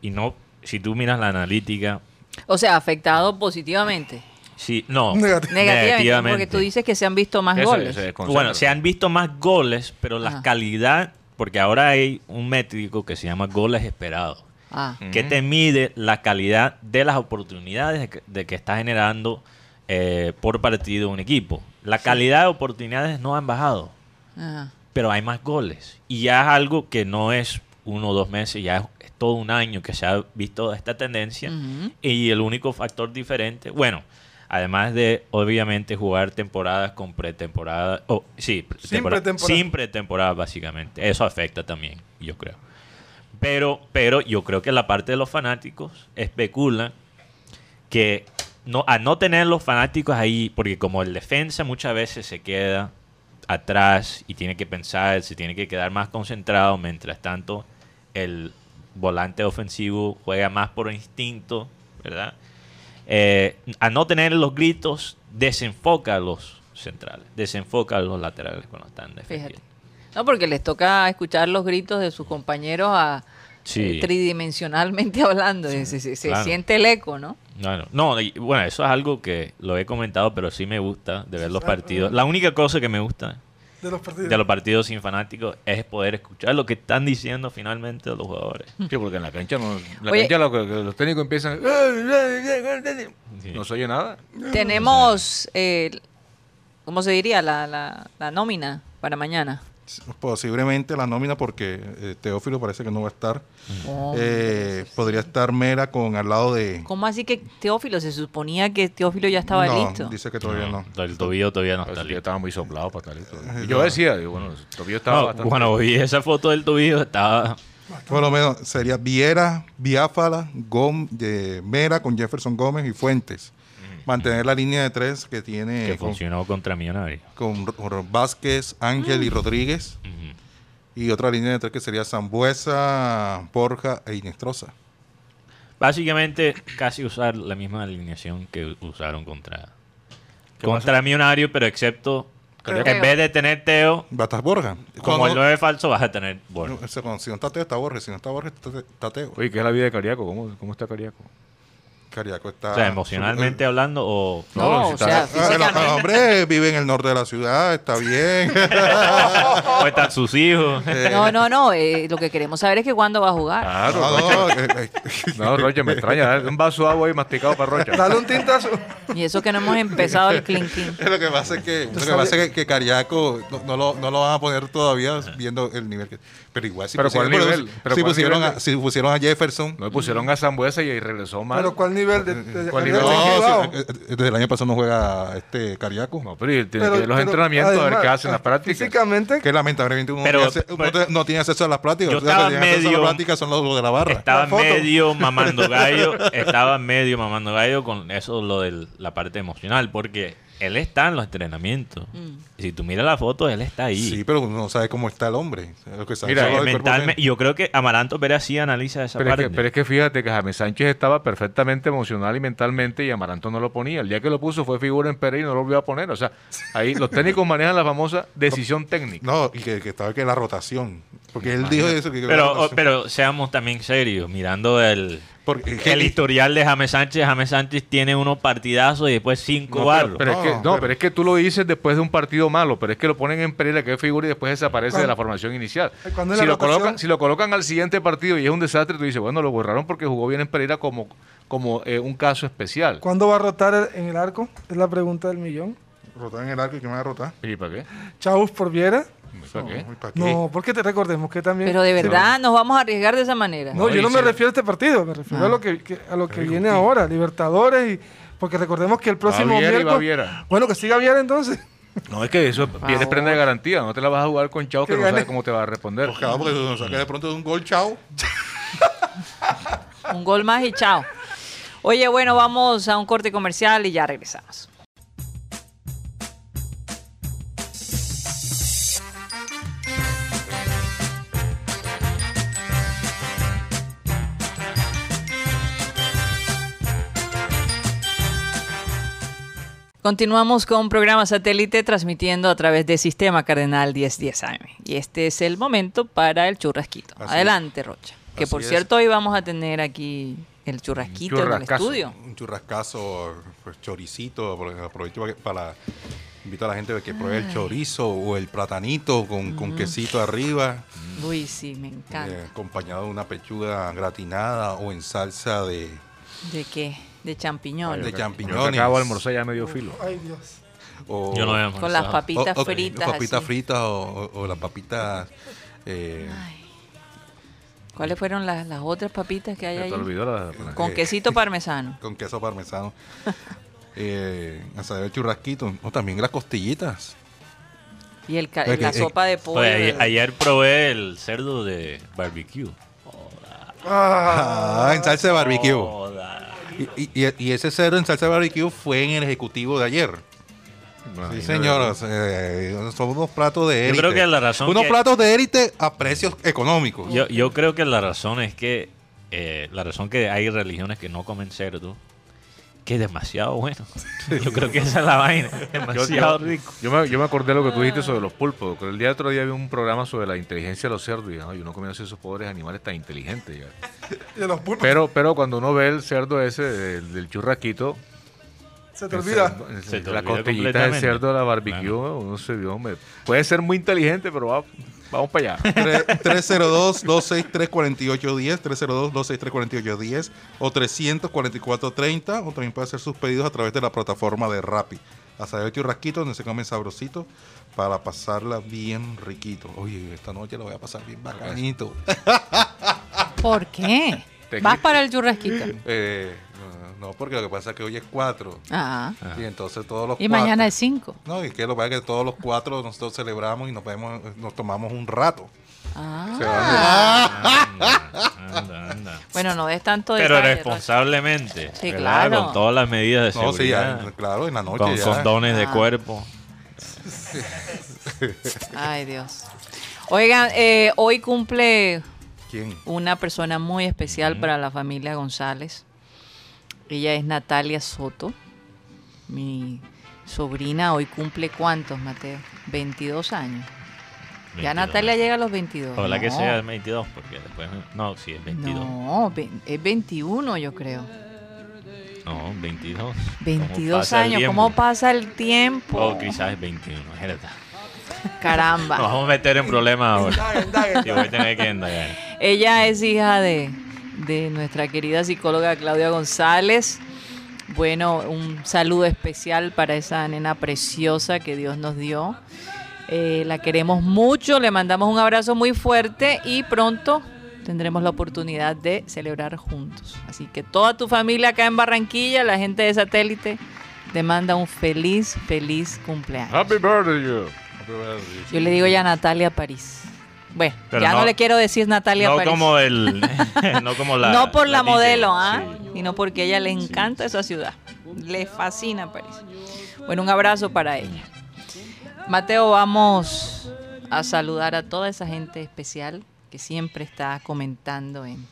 S6: Y no, si tú miras la analítica,
S3: O sea, afectado positivamente.
S6: sí, no,
S7: Negati-
S3: Negativamente, Porque tú dices que se han visto más
S5: Ese-
S3: goles.
S5: ese desconcentra.
S6: Bueno, se han visto más goles, pero la
S3: Ajá.
S6: calidad, porque ahora hay un métrico que se llama goles esperados.
S3: Ah,
S6: que te mide la calidad de las oportunidades de que, de que está generando eh, por partido un equipo. La calidad de oportunidades no han bajado,
S3: ajá.
S6: pero hay más goles. Y ya es algo que no es uno o dos meses, ya es, es todo un año que se ha visto esta tendencia.
S3: Ujú.
S6: Y el único factor diferente, bueno, además de obviamente jugar temporadas con pretemporada, o sí, pre-
S7: Sin
S6: temporada-
S7: pretemporada.
S6: sin pretemporada, básicamente, eso afecta también, yo creo. Pero, pero yo creo que la parte de los fanáticos especula que no, a no tener los fanáticos ahí, porque como el defensa muchas veces se queda atrás y tiene que pensar, se tiene que quedar más concentrado, mientras tanto el volante ofensivo juega más por instinto, ¿verdad? Eh, a no tener los gritos, desenfoca a los centrales, desenfoca a los laterales cuando están
S3: Fíjate.
S6: defendiendo.
S3: No, porque les toca escuchar los gritos de sus compañeros a-
S6: Sí.
S3: eh, tridimensionalmente hablando. se se- se
S6: claro.
S3: siente el eco, ¿no?
S6: Claro. No, y- bueno, eso es algo que lo he comentado, pero sí me gusta de ver los partidos. La única cosa que me gusta
S7: de los partidos.
S6: de los partidos sin fanáticos es poder escuchar lo que están diciendo finalmente los jugadores.
S5: Sí, porque en la cancha no. en la
S3: Oye.
S5: cancha lo que- que los técnicos empiezan.
S6: Sí.
S5: No se oye nada.
S3: Tenemos, eh, ¿cómo se diría? La, la- la nómina para mañana.
S4: Posiblemente la nómina porque eh, Teófilo parece que no va a estar.
S3: Oh.
S4: Eh, podría estar Mera con al lado de...
S3: ¿Cómo así que Teófilo? Se suponía que Teófilo ya estaba
S4: no,
S3: listo.
S4: dice que todavía no.
S6: El tobillo todavía no
S5: Pero
S6: está
S5: ese tío
S6: listo.
S5: estaba muy soplado para estar listo. Y yo decía, digo, bueno, el tobillo estaba
S6: No,
S5: bastante.
S6: cuando vi esa foto del tobillo estaba...
S4: Por lo menos sería Viera, Biafala, Gom, de Mera con Jefferson Gómez y Fuentes. Mantener la línea de tres que tiene
S6: Mm. que
S4: con,
S6: funcionó contra Millonarios.
S4: con R- R- Vázquez, Ángel y Rodríguez. Y otra línea de tres que sería Zambuesa, Borja e Inestrosa.
S6: Básicamente, casi usar la misma alineación que u- usaron contra, contra Millonario, pero excepto que
S3: Creo.
S6: en vez de tener Teo,
S4: Va a estar Borja.
S6: como el
S4: Cuando-
S6: 9 falso, vas a tener Borja.
S4: No, ese, cuando- si no está Teo, está Borja. Si no está Borja, está, está Teo.
S6: Pues,
S5: Oye, ¿qué es la vida de Cariaco? ¿Cómo, cómo está Cariaco?
S4: Cariaco está...
S6: o sea, emocionalmente hablando o...
S3: No, o sea,
S4: Ah, el- el
S3: físicamente.
S4: hombre vive en el norte de la ciudad, está bien.
S6: o están sus hijos.
S3: No, no, no. eh, lo que queremos saber es que cuándo va a jugar.
S5: Claro.
S7: Ah.
S4: No, no, eh, eh,
S5: No, Rocha, me extraña. dale Un vaso de agua ahí masticado para Rocha.
S7: Dale un tintazo.
S3: Y eso que no hemos empezado el clinking.
S4: lo que pasa es que, lo que, pasa es que, que Cariaco no, no lo, no lo van a poner todavía viendo el nivel que. Pero igual, si
S5: Pero ¿cuál
S4: pusieron, pero
S5: nivel? Pero
S4: si,
S5: ¿cuál
S4: pusieron
S5: nivel?
S4: a, si pusieron a Jefferson. eh,
S5: No le pusieron a Zambuesa y ahí regresó mal.
S7: Pero ¿cuál nivel de, de-
S5: ¿Cuál
S7: de-
S5: nivel?
S7: de-
S5: No,
S7: equilibrado?
S4: si- eh, eh, desde el año pasado no juega este Cariaco.
S5: No, pero y tiene
S7: Pero-
S5: que ver los
S7: pero,
S5: entrenamientos, a ver qué
S7: además,
S5: hacen las prácticas.
S7: Físicamente,
S4: Que lamentablemente uno,
S6: Pero-
S4: no, tiene acce- uno
S6: pero-
S4: te- no tiene acceso a las pláticas.
S6: Yo
S4: Los que tienen
S6: estaba
S4: acceso a
S6: medio-
S4: las pláticas son los, los de la barra.
S6: Estaba
S7: La foto.
S6: medio mamando gallo, estaba medio mamando gallo con eso, lo de la parte emocional, porque él está en los entrenamientos.
S3: Mm.
S6: Y si tú miras la foto, él está ahí.
S4: Sí, pero uno no sabe cómo está el hombre. Lo que sabe
S5: Mira,
S4: solo
S6: Eh,
S4: el cuerpo
S6: mentalme-
S4: humano.
S6: yo creo que Amaranto Pérez sí analiza esa
S5: Pero es,
S6: parte.
S5: que, pero es que fíjate que James Sánchez estaba perfectamente emocional y mentalmente y Amaranto no lo ponía. El día que lo puso fue figura en Pereira y no lo volvió a poner. O sea, ahí los técnicos manejan la famosa decisión técnica.
S4: No, y que, que estaba que la rotación. Porque él dijo eso. Que que la
S5: oh,
S6: Pero, o-
S4: rotación.
S6: pero seamos también serios, mirando el,
S4: Porque-
S6: el historial de James Sánchez. James Sánchez tiene unos partidazos y después cinco
S5: No,
S6: barros.
S5: pero, pero es
S4: No,
S5: que, no,
S4: pero-
S5: pero es que tú lo dices después de un partido malo, pero es que lo ponen en Pereira que es figura y después desaparece de la formación inicial.
S7: Ay, cuando es
S5: Si
S7: la
S5: lo,
S7: rotación-
S5: colocan, si lo colocan al siguiente partido y es un desastre, tú dices, bueno, lo borraron porque jugó bien en Pereira como, como eh, un caso especial.
S7: ¿cuándo va a rotar el- en el arco? Es la pregunta del millón.
S4: Rotar en el arco y que me va a rotar.
S5: ¿Y para qué?
S7: Chavos por Viera.
S5: ¿Para qué?
S4: Uy, ¿pa' qué?
S7: No, porque te recordemos que también.
S3: Pero de
S7: Sí.
S3: verdad nos vamos a arriesgar de esa manera.
S7: No,
S5: No,
S7: yo
S5: y
S7: no me
S5: si-
S7: refiero a este partido, me refiero a
S5: Ah.
S7: lo que, que- a lo que viene ahora, Libertadores y porque recordemos que el próximo
S5: Viera y va
S7: miércoles-
S5: Viera.
S7: Bueno, que siga Viera entonces.
S5: No, es que eso viene prenda de garantía. No te la vas a jugar con Chao que
S7: Que
S5: no
S7: gane.
S5: sabe cómo te va a responder.
S4: Claro, porque nos saca de pronto de un gol, chao.
S3: Un gol más y chao. Oye, bueno, vamos a un corte comercial y ya regresamos. Continuamos con programa satélite transmitiendo a través de Sistema Cardenal 1010 AM. Y este es el momento para el churrasquito.
S4: Así es.
S3: Adelante, Rocha. Que
S4: Así
S3: por
S4: es.
S3: cierto, hoy vamos a tener aquí el churrasquito en el
S5: Churrascazo.
S3: estudio.
S4: Un churrascazo, pues, choricito, porque aprovecho para, que- para- invito a la gente a que pruebe
S3: Ah.
S4: el chorizo o el platanito con, con quesito arriba,
S3: Uy, sí, me
S4: eh,
S3: encanta.
S4: acompañado de una pechuga gratinada o en salsa de,
S3: ¿De qué? De champiñones.
S4: de
S5: Yo
S4: champiñones.
S5: que acabo de almorzar ya medio filo.
S7: Ay, Dios.
S4: O-
S6: Yo no veo
S3: Con las
S6: almorzado.
S3: papitas
S4: o- o-
S3: fritas.
S4: Papitas
S3: así.
S4: fritas o, o- o las papitas... eh,
S3: ¿Cuáles fueron las, las otras papitas que hay
S5: Se
S3: ahí?
S5: te olvidó la-
S3: Con
S4: Eh.
S3: quesito parmesano.
S4: con queso parmesano. eh, asadero de churrasquito. O también las costillitas.
S3: Y el ca-
S4: Eh,
S3: la
S4: eh,
S3: sopa de pollo.
S6: Oye, Pues, ayer,
S3: del-
S6: ayer probé el cerdo de barbecue.
S4: Ah, en salsa de barbecue.
S6: Joda.
S4: Y, y- y ese cerdo en salsa de barbecue fue en el ejecutivo de ayer. Sí, señor. eh, son unos platos de
S6: Yo
S4: élite.
S6: creo que la razón
S4: Unos
S6: que-
S4: platos de élite a precios económicos.
S6: Yo, yo creo que la razón es que eh, la razón que hay religiones que no comen cerdo que es demasiado bueno. Yo creo que esa es la vaina.
S5: Yo,
S6: Demasiado
S5: yo-
S6: rico.
S5: yo me, yo me acordé lo que tú dijiste sobre los pulpos. que El día otro día vi un programa sobre la inteligencia de los cerdos y yo no comía esos pobres animales tan inteligentes. ya".
S7: Y de los pulpos.
S5: Pero, pero cuando uno ve el cerdo ese del, del churraquito,
S7: Se te olvida.
S6: Se te
S5: la
S6: olvida
S5: costillita de
S6: completamente.
S5: cerdo de la barbecue, uno se vio, hombre. Puede ser muy inteligente, pero va- vamos para allá.
S4: 302-263-4810, 302-263-4810 o 344-30 o también puede hacer sus pedidos a través de la plataforma de Rappi. Asadero y Rasquito, donde se come sabrosito para pasarla bien riquito. Oye, esta noche la voy a pasar bien bacanito.
S3: ¿Por qué?
S5: Te
S3: Vas
S5: quito.
S3: para el churrasquito.
S4: Eh, no, no, porque lo que pasa es que hoy es 4
S3: Ah.
S4: y entonces todos los
S3: Y
S4: cuatro-
S3: mañana es 5.
S4: No, y que lo que pasa es que todos los cuatro nosotros celebramos y nos, vemos, nos tomamos un rato.
S3: Ah.
S4: Se van de-
S6: Anda, anda, anda.
S3: Bueno, no des tanto de
S6: Pero responsablemente.
S3: Sí,
S6: ¿verdad?
S3: claro.
S6: Con todas las medidas de
S4: No, sí, ya,
S6: seguridad.
S4: claro, en la noche.
S6: con
S4: ya.
S6: condones de
S3: Ah.
S6: cuerpo.
S3: Ay, Dios. Oigan, eh, hoy cumple
S4: ¿Quién?
S3: una persona muy especial para la familia González. Ella es Natalia Soto. Mi sobrina hoy cumple cuántos, Mateo? 22 años. Ya
S6: 22.
S3: Natalia llega a los 22.
S6: Ojalá que
S3: No,
S6: sea el 22, porque después. No, sí, es 22. No,
S3: No, ve- es 21 yo creo.
S6: 22. ¿Cómo
S3: 22
S6: pasa el
S3: años,
S6: tiempo? Oh,
S3: ¿cómo pasa el tiempo?
S6: O quizás es 21, es verdad.
S3: Caramba.
S6: Nos vamos a meter en problemas ahora.
S7: Indaga, indaga,
S6: Y
S7: indaga.
S6: voy a tener que indagar.
S3: Ella es hija de, de nuestra querida psicóloga Claudia González. Bueno, un saludo especial para esa nena preciosa que Dios nos dio. Eh, la queremos mucho, le mandamos un abrazo muy fuerte y pronto tendremos la oportunidad de celebrar juntos. Así que toda tu familia acá en Barranquilla, la gente de satélite, te manda un feliz, feliz cumpleaños.
S5: Happy birthday, you.
S3: Yo le digo ya Natalia París. Bueno,
S6: Pero
S3: ya no,
S6: no-
S3: le quiero decir Natalia
S6: No
S3: París.
S6: como el. no como la.
S3: no por la,
S6: DJ,
S3: modelo, ¿ah?
S6: sí.
S3: Sino porque a ella le encanta esa ciudad. Le fascina París. Bueno, un abrazo para ella. Mateo, vamos a saludar a toda esa gente especial que siempre está comentando en,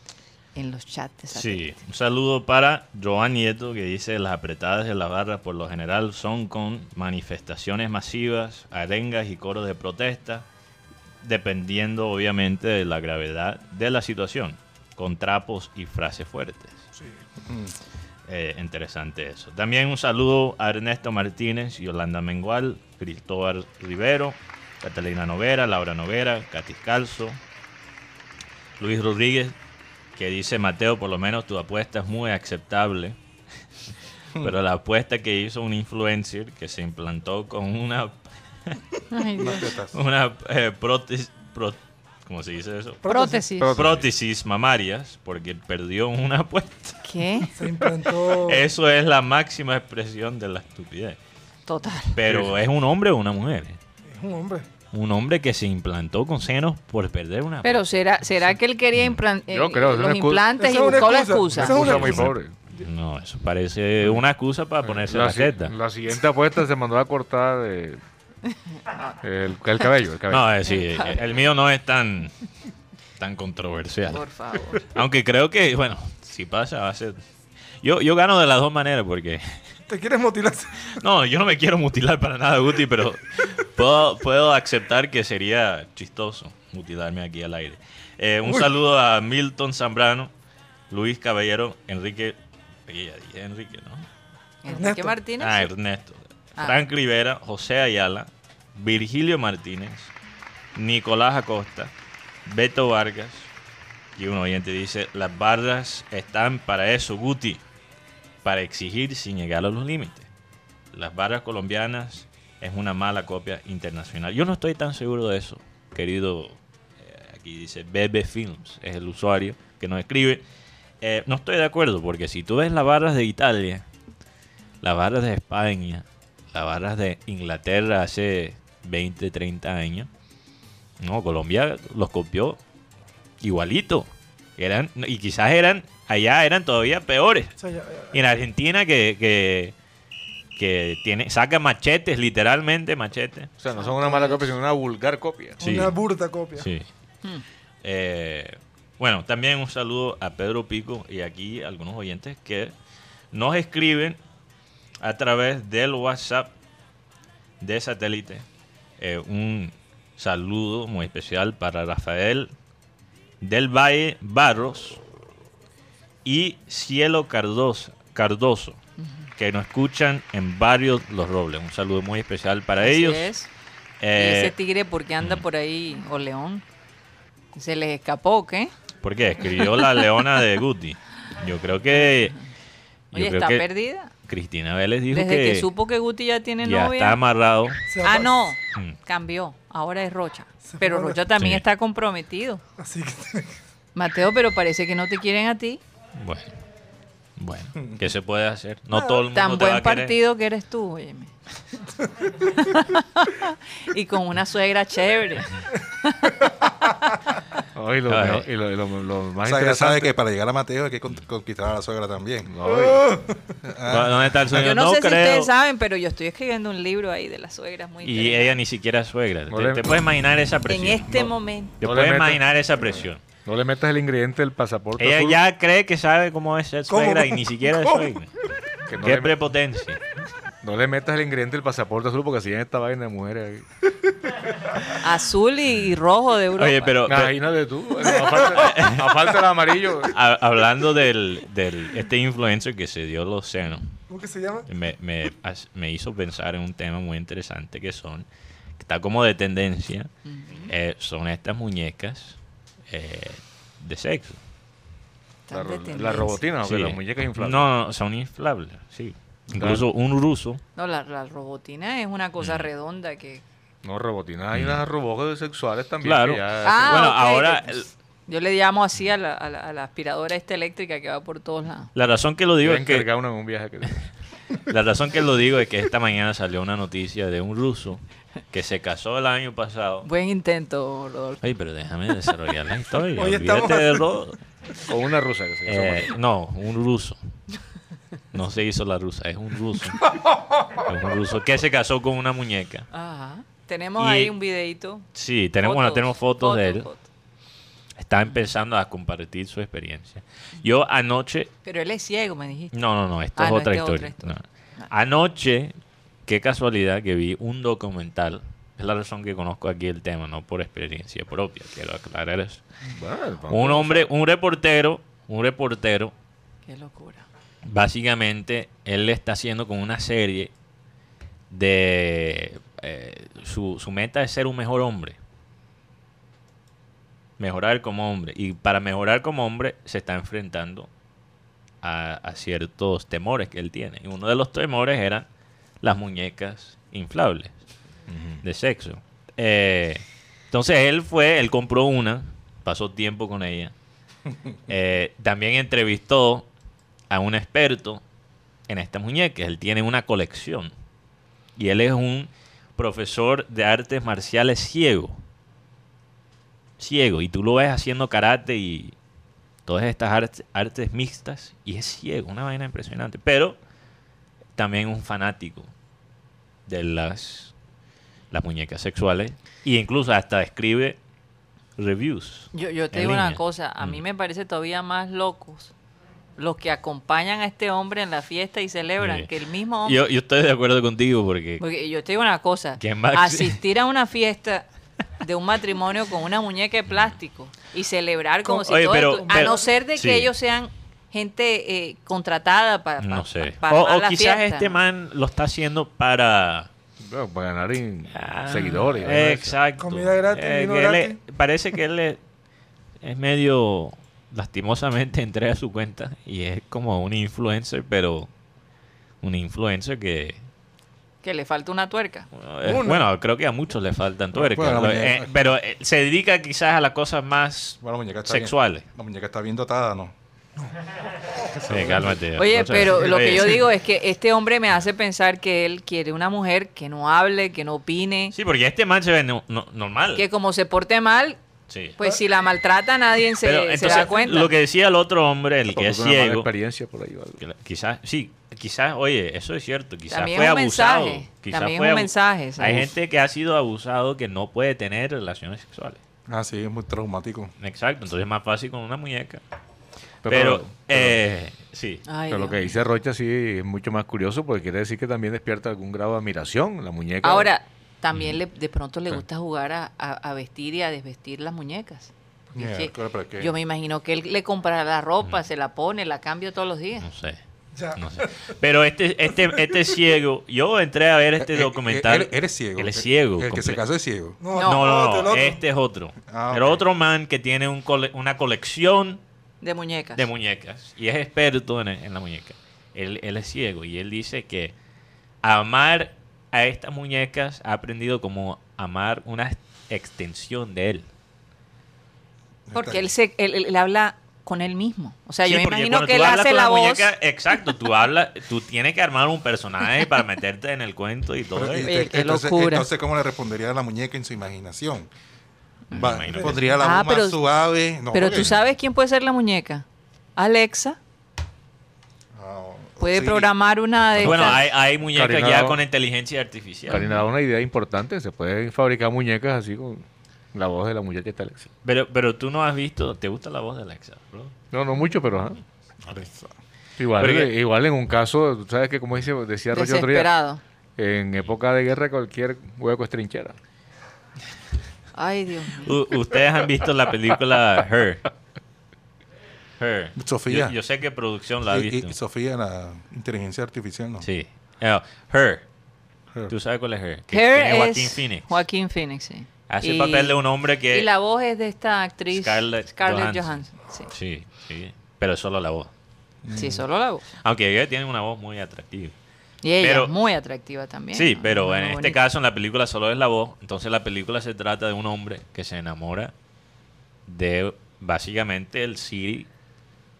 S3: en los chats. de
S6: Sí,
S3: satélite.
S6: un saludo para Joan Nieto que dice las apretadas de la barra por lo general son con manifestaciones masivas, arengas y coros de protesta, dependiendo obviamente de la gravedad de la situación, con trapos y frases fuertes. Eh, interesante eso. También un saludo a Ernesto Martínez, Yolanda Mengual, Cristóbal Rivero, Catalina Novera, Laura Novera, Catis Calzo, Luis Rodríguez, que dice Mateo, por lo menos tu apuesta es muy aceptable.
S5: Hmm.
S6: Pero la apuesta que hizo un influencer que se implantó con una,
S3: Ay, Dios.
S4: Unas tetas.
S6: una eh, prótesis, pró- ¿cómo se dice eso?
S3: Prótesis.
S6: Prótesis mamarias, porque perdió una apuesta.
S3: ¿Qué?
S7: Se
S5: Oh.
S7: implantó.
S6: Eso es la máxima expresión de la estupidez.
S3: Total.
S6: Pero es un hombre o una mujer.
S7: Es un hombre.
S6: Un hombre que se implantó con senos por perder una
S3: Pero será, será que él quería implan-
S5: Yo
S3: eh,
S5: creo, es una
S3: los
S5: excusa.
S3: implantes y
S7: Esa es una
S3: buscó la
S7: excusa.
S3: excusa.
S7: Esa es
S5: Cosa
S7: una
S5: muy pobre. Eh,
S6: No, eso parece una excusa para ponerse la
S5: La, si-
S6: teta.
S5: la siguiente apuesta se mandó a cortar eh, el, el cabello. El cabello.
S6: No, eh, sí, eh, el mío no es tan, tan controversial.
S3: Por favor.
S6: Aunque creo que, bueno, si pasa va a ser... Yo, yo gano de las dos maneras porque...
S7: ¿Te quieres mutilar?
S6: No, yo no me quiero mutilar para nada, Guti, pero puedo, puedo aceptar que sería chistoso mutilarme aquí al aire. Eh, un saludo a Milton Zambrano, Luis Caballero, Enrique... Oye, ya dije Enrique, ¿no?
S3: Enrique Martínez.
S6: Ah, Ernesto.
S3: Ah.
S6: Frank Rivera, José Ayala, Virgilio Martínez, Nicolás Acosta, Beto Vargas. Y un oyente dice, las barras están para eso, Guti, para exigir sin llegar a los límites. Las barras colombianas es una mala copia internacional. Yo no estoy tan seguro de eso, querido. eh, aquí dice Bebe Films, es el usuario que nos escribe. Eh, no estoy de acuerdo, porque si tú ves las barras de Italia, las barras de España, las barras de Inglaterra hace 20, 30 años. No, Colombia los copió igualito. Eran, y quizás eran, allá eran todavía peores.
S7: O sea, ya- ya-
S6: Y en Argentina que, que, que tiene, saca machetes, literalmente machetes.
S5: O sea, no son una mala copia, sino una vulgar copia.
S6: Sí.
S7: Una burda copia.
S6: Sí. Eh, bueno, también un saludo a Pedro Pico y aquí algunos oyentes que nos escriben a través del WhatsApp de satélite. Eh, un saludo muy especial para Rafael del Valle Barros y Cielo Cardoso. Cardoso. que nos escuchan en varios Los Robles. Un saludo muy especial para
S3: Así
S6: ellos.
S3: es.
S6: Eh,
S3: ¿Y ese tigre por qué anda por ahí, o león? ¿Se les escapó o qué?
S6: ¿Por qué? Escribió la leona de Guti. Yo creo que. Yo
S3: Oye,
S6: creo
S3: está
S6: que
S3: perdida.
S6: Cristina Vélez dijo
S3: Desde que,
S6: que
S3: supo que Guti ya tiene
S6: ya
S3: novia.
S6: está amarrado.
S7: Se va
S3: ah,
S7: pa-
S3: no,
S6: Mm.
S3: cambió. Ahora es Rocha.
S7: Se
S3: Pero
S7: fue para-
S3: Rocha también
S6: Sí.
S3: está comprometido.
S7: Así que
S3: Mateo, pero parece que no te quieren a ti.
S6: Bueno. Bueno, ¿qué se puede hacer? No todo el mundo
S3: Tan
S6: te va
S3: buen
S6: a querer.
S3: partido que eres tú, óyeme. y con una suegra chévere.
S5: No, y lo,
S6: Ay.
S5: mejor- y lo- y lo- lo más
S4: Sagra sabe
S5: interesante.
S4: que para llegar a Mateo hay que con- conquistar a la suegra también.
S5: No, y-
S6: Ah. ¿Dónde está el sueño?
S3: Yo no, sé si
S6: creo.
S3: ustedes saben, pero yo estoy escribiendo un libro ahí de las suegras muy
S6: y ella ni siquiera es suegra.
S5: No
S6: ¿Te,
S5: le-
S6: te puedes imaginar esa
S3: interesante. En
S6: presión?
S3: este momento.
S6: Te
S5: No le
S6: puedes
S5: metas-
S6: imaginar esa presión.
S5: no le metas el ingrediente del pasaporte.
S6: Ella
S5: azul,
S6: ya cree que sabe cómo es ser
S7: ¿Cómo?
S6: suegra y ni siquiera es
S7: ¿Cómo?
S6: suegra.
S5: que no,
S6: Qué
S5: le, me-
S6: prepotencia.
S5: no le metas el ingrediente del pasaporte azul porque así en esta vaina de mujeres. ahí.
S3: Azul y rojo de Europa.
S6: Oye, pero, pero-
S5: Imagínate tú. bueno, a falta- a falta el amarillo.
S6: ha- hablando del, del este influencer que se dio los senos,
S7: ¿Cómo que se llama?
S6: me, me, as- me hizo pensar en un tema muy interesante que son, que está como de tendencia, eh, son estas muñecas eh, de sexo.
S5: La,
S3: Están de
S5: ro- la
S3: tendencia.
S5: robotina, o que
S6: Sí.
S5: las muñecas inflables.
S6: No, no, son inflables, sí. Incluso un ruso.
S3: No, la, la robotina es una cosa
S6: Mm.
S3: redonda que...
S5: No, robotina. Hay unas robots sexuales también.
S6: Claro.
S5: que ya- Pues,
S3: Ah,
S6: bueno,
S3: ok.
S6: ahora el-
S3: Yo le llamo así a la, a la- a la aspiradora esta eléctrica que va por todos lados.
S6: la razón que lo
S5: Yo
S6: digo
S5: he
S6: es que
S5: encargado una en un viaje que
S6: La razón que lo digo es que esta mañana salió una noticia de un ruso que se casó el año pasado.
S3: Buen intento, Rodolfo.
S6: Ay, pero déjame desarrollar la historia.
S7: Hoy estamos
S6: Olvídate de Ro-
S5: con una rusa que se casó
S6: Eh, no, un ruso. No se hizo la rusa, es un ruso. Es un ruso que se casó con una muñeca.
S3: Ajá. Tenemos
S6: Y-
S3: ahí un videito.
S6: Sí, tenemos, bueno, tenemos fotos de él.
S3: fotos.
S6: Está empezando a compartir su experiencia. Yo anoche
S3: Pero él es ciego, me dijiste.
S6: No, no, no, esto
S3: Ah,
S6: es
S3: no,
S6: otra
S3: esta es otra
S6: historia.
S3: historia.
S6: no. Anoche, qué casualidad que vi un documental. Es la razón que conozco aquí el tema, no por experiencia propia, quiero aclarar eso.
S5: con- Bueno, el pan-
S6: Un hombre, un reportero, un reportero,
S3: Qué locura.
S6: básicamente, él le está haciendo con una serie de... eh, su, su meta es ser un mejor hombre. Mejorar como hombre. Y para mejorar como hombre se está enfrentando a, a ciertos temores que él tiene. Y uno de los temores eran las muñecas inflables de sexo. Eh, entonces él fue, él compró una, pasó tiempo con ella. Eh, también entrevistó a un experto en estas muñecas. Él tiene una colección. Y él es un profesor de artes marciales ciego. Ciego. Y tú lo ves haciendo karate y todas estas artes, artes mixtas. Y es ciego. Una vaina impresionante. Pero también un fanático de las, las muñecas sexuales. Y incluso hasta escribe reviews.
S3: Yo, yo te
S6: En
S3: digo una
S6: línea.
S3: cosa. A mí
S6: Mm.
S3: me parece todavía más locos los que acompañan a este hombre en la fiesta y celebran
S6: Sí.
S3: que el mismo hombre.
S6: Yo, yo estoy de acuerdo contigo porque...
S3: Porque yo te digo una cosa.
S6: ¿Quién va a-
S3: Asistir a una fiesta de un matrimonio con una muñeca de plástico y celebrar como
S6: Con-
S3: si
S6: Oye,
S3: todo
S6: pero-
S3: estu- a
S6: pero-
S3: no ser de
S6: sí.
S3: que ellos sean gente eh, contratada para
S6: No sé.
S3: para
S6: o
S3: armar
S6: o
S3: la
S6: quizás
S3: fiesta,
S6: este
S3: ¿no?
S6: man lo está haciendo para...
S5: Bueno, para ganar in-
S6: Ah,
S5: seguidores. ¿no?
S6: Exacto. Eh,
S7: Comida gratis, vino
S6: que él
S7: gratis.
S6: es- parece que él es, es medio lastimosamente entrega su cuenta y es como un influencer, pero un influencer que
S3: que le falta una tuerca.
S6: bueno, eh,
S7: Uno.
S6: bueno, creo que a muchos le faltan tuercas.
S4: Bueno,
S6: lo-
S4: la
S6: eh,
S4: muñeca.
S6: pero eh, se dedica quizás a las cosas más
S4: Bueno, la muñeca está bien-
S6: sexuales.
S4: la muñeca está bien dotada, ¿no?
S6: Sí, cálmate.
S3: Oye,
S6: O sea,
S3: pero lo
S6: oye,
S3: que yo
S6: sí.
S3: digo es que este hombre me hace pensar que él quiere una mujer que no hable, que no opine,
S6: Sí, porque este man se ve no- no- normal.
S3: que como se porte mal,
S6: Sí.
S3: pues si la maltrata nadie se,
S6: Pero
S3: se
S6: entonces,
S3: da cuenta.
S6: lo que decía el otro hombre, el
S5: Tampoco
S6: que es
S5: una mala
S6: ciego,
S5: experiencia por ahí. o algo.
S6: Que la- Quizás, sí, quizás, oye, eso es cierto, quizás
S3: También
S6: fue
S3: es un
S6: abusado.
S3: mensaje,
S6: quizás
S3: también es
S6: fue
S3: un
S6: abu-
S3: mensaje, ese
S6: Hay
S3: abuso.
S6: gente que ha sido abusado que no puede tener relaciones sexuales.
S4: Ah, sí, es muy traumático.
S6: Exacto, entonces es más fácil con una muñeca. Pero,
S5: Pero,
S6: eh, sí.
S3: Ay,
S5: pero lo
S3: Dios
S5: que
S3: mío.
S5: dice Rocha sí es mucho más curioso porque quiere decir que también despierta algún grado de admiración la muñeca.
S3: Ahora, también le- de pronto le gusta jugar a, a- a vestir y a desvestir las muñecas. Y es que
S4: Miércoles, pero es que-
S3: yo me imagino que él le comprará la ropa, se la pone, la cambia todos los días.
S6: No sé.
S7: sea,
S6: No sé. Pero este, este, este ciego, yo entré a ver este
S4: Eh, eh,
S6: documental.
S4: Él, él es ciego.
S6: Él es ciego.
S4: El que se
S6: comple-
S4: casó es ciego.
S7: no,
S6: No,
S7: otro,
S6: no,
S7: el
S6: no,
S7: otro.
S6: este es otro.
S4: Ah,
S6: Pero
S4: ok.
S6: otro man que tiene un cole- una colección
S3: De muñecas.
S6: de muñecas y es experto en, en la muñeca. Él, él es ciego y él dice que amar a estas muñecas ha aprendido como amar una extensión de él.
S3: Porque él, se, él, él- él habla con él mismo. O sea,
S6: Sí,
S3: yo me
S6: porque
S3: imagino
S6: cuando
S3: que
S6: tú
S3: él
S6: hablas
S3: hace
S6: con
S3: la voz.
S6: muñeca, exacto, tú hablas, tú tienes que armar un personaje para meterte en el cuento y todo
S4: Pero,
S6: eso.
S4: y
S3: Oye,
S4: te-
S3: qué
S4: entonces,
S3: locura.
S4: entonces, ¿cómo le respondería a la muñeca en su imaginación? Va-
S6: imagino que
S4: pondría la voz
S3: Ah,
S4: más
S3: pero-
S4: suave. No,
S3: Pero
S4: porque-
S3: tú sabes quién puede ser la muñeca. Alexa
S4: Ah,
S3: puede
S4: sí.
S3: programar una de
S6: Bueno,
S3: estas.
S6: hay, hay muñecas
S5: Karina
S6: ya
S5: Dao-
S6: con inteligencia artificial.
S5: Karina da una idea importante. Se pueden fabricar muñecas así con la voz de la muñeca está Alexis.
S6: Pero, pero tú no has visto, ¿te gusta la voz de Alexa? bro?
S5: No, no mucho, pero ajá.
S4: Alexa.
S5: Igual,
S6: Pero
S5: eh, igual en un caso, tú sabes que como dice, decía Roger otro día,
S3: Desesperado.
S5: en época de guerra cualquier hueco es trinchera.
S3: Ay, Dios mío.
S6: U- Ustedes han visto la película Her. Her.
S4: Sofía.
S6: Yo, yo sé que producción la ha
S4: Y- y-
S6: visto.
S4: y Sofía, la inteligencia artificial, ¿no?
S6: Sí. No, Her.
S4: Her.
S6: ¿Tú sabes cuál es Her? Que
S3: Hair
S6: tiene Joaquín
S3: es-
S6: Phoenix.
S3: Joaquín Phoenix, sí.
S6: Hace
S3: Y-
S6: el papel de un hombre que...
S3: Y la voz es de esta actriz
S6: Scarlett
S3: Scarlett,
S6: Johansson.
S3: Johansson.
S6: Sí, sí. Pero es solo la voz.
S3: Sí.
S6: Mm.
S3: sí, solo la voz.
S6: Aunque ella tiene una voz muy atractiva.
S3: Y ella
S6: Pero-
S3: es muy atractiva también.
S6: Sí,
S3: ¿no?
S6: pero
S3: Muy
S6: en este
S3: bonita.
S6: caso en la película solo es la voz. Entonces la película se trata de un hombre que se enamora de básicamente el Siri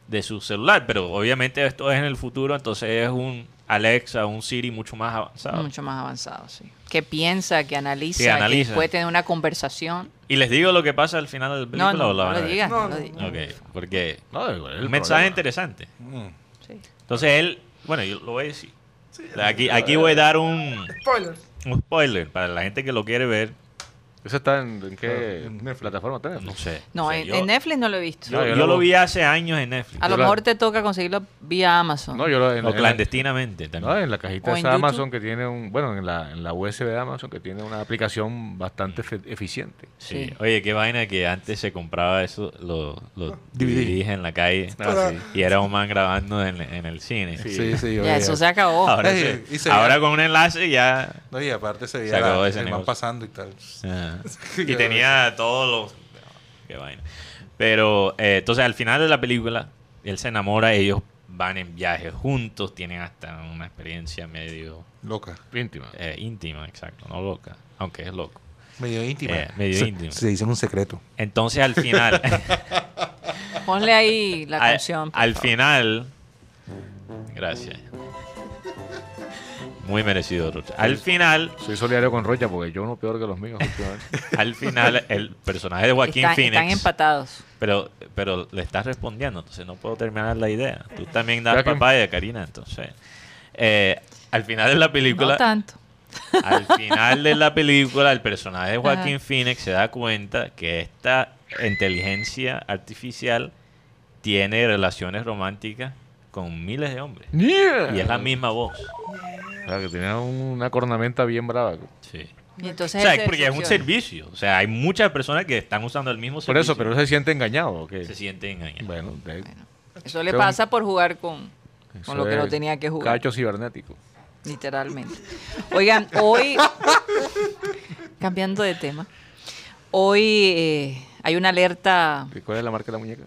S6: de su celular. Pero obviamente esto es en el futuro, entonces es un Alexa, un Siri mucho más avanzado.
S3: Mucho más avanzado, sí. Que piensa, que analiza,
S6: Sí, analiza.
S3: que puede tener una conversación.
S6: ¿Y les digo lo que pasa al final de la película
S3: No, no,
S6: o la
S3: no
S6: van a
S3: lo
S6: ver?
S3: digas, no,
S7: No, no,
S3: lo
S7: no.
S3: digas.
S6: Ok, porque
S5: No, igual, el
S6: un mensaje
S5: problema.
S6: interesante.
S4: Mm.
S3: Sí.
S6: Entonces él, bueno, yo lo voy a decir. Aquí, aquí voy a dar un,
S7: Spoiler.
S6: un spoiler para la gente que lo quiere ver.
S5: ¿Eso está en, en qué
S4: En Netflix.
S5: plataforma está?
S6: No sé.
S3: No,
S6: O sea,
S3: en,
S6: yo-
S3: en Netflix no lo he visto.
S6: Yo,
S5: No, yo
S6: yo
S5: lo-
S6: lo vi hace años en Netflix.
S4: Ah,
S3: a lo
S5: yo la-
S3: mejor te toca conseguirlo vía Amazon.
S5: No, yo lo- en,
S6: o
S5: en la-
S6: clandestinamente también.
S5: no, en la cajita
S3: O
S5: de
S3: en
S5: esa
S3: YouTube.
S5: Amazon que tiene un, bueno, en la, en la USB de Amazon que tiene una aplicación bastante fe- eficiente.
S6: sí.
S3: sí.
S6: Oye, qué vaina que antes se compraba eso, lo, lo dividías en la calle.
S7: Ah, sí.
S6: Y era un man grabando en, en el cine.
S4: Sí, sí,
S3: ya,
S4: oye.
S3: eso se acabó.
S6: Ahora,
S4: Sí,
S6: se-
S4: y se-
S6: ahora con un enlace ya.
S4: No, y aparte se veía
S6: Se acabó
S4: la-
S6: ese
S4: el man
S6: negocio.
S4: pasando y tal.
S6: Ah. Y tenía todos los. Qué vaina. Pero eh, entonces al final de la película, él se enamora, ellos van en viaje juntos, tienen hasta una experiencia medio
S4: Loca.
S5: Íntima.
S6: eh, íntima, exacto, no loca, aunque es loco.
S4: Medio íntima.
S6: Eh, medio
S4: se,
S6: íntima.
S4: Se dicen un secreto.
S6: Entonces al final,
S3: Ponle ahí la
S6: al,
S3: canción. pues. por
S6: al
S3: favor.
S6: final, gracias. Muy merecido, Rocha. Al final,
S5: Soy solidario con Rocha porque yo no peor que los míos. últimamente.
S6: al final, el personaje de Joaquín
S3: Están-
S6: Phoenix.
S3: están empatados.
S6: Pero, pero le estás respondiendo, entonces no puedo terminar la idea. Tú también das
S5: Ya que-
S6: papaya, Karina, entonces. Eh, al final de la
S3: No
S6: película,
S3: tanto.
S6: al final de la película, el personaje de Joaquín
S3: Ajá.
S6: Phoenix se da cuenta que esta inteligencia artificial tiene relaciones románticas con miles de hombres. Y es la misma voz.
S5: O sea, que tenía una cornamenta bien brava.
S6: Sí.
S3: Y
S6: O
S3: entonces
S6: sea,
S3: él se
S6: porque es un
S3: decepciona.
S6: servicio. O sea, hay muchas personas que están usando el mismo
S5: Por
S6: servicio.
S5: eso, pero él se siente engañado. ¿o qué?
S6: se sienten engañados.
S5: Bueno, de-
S3: Eso le
S5: Son-
S3: pasa por jugar con,
S5: eso
S3: con lo que no
S5: es
S3: tenía que jugar,
S5: Cacho cibernético.
S3: literalmente. Oigan, hoy, cambiando de tema, hoy eh, hay una alerta,
S5: ¿Y ¿Cuál es la marca de la muñeca?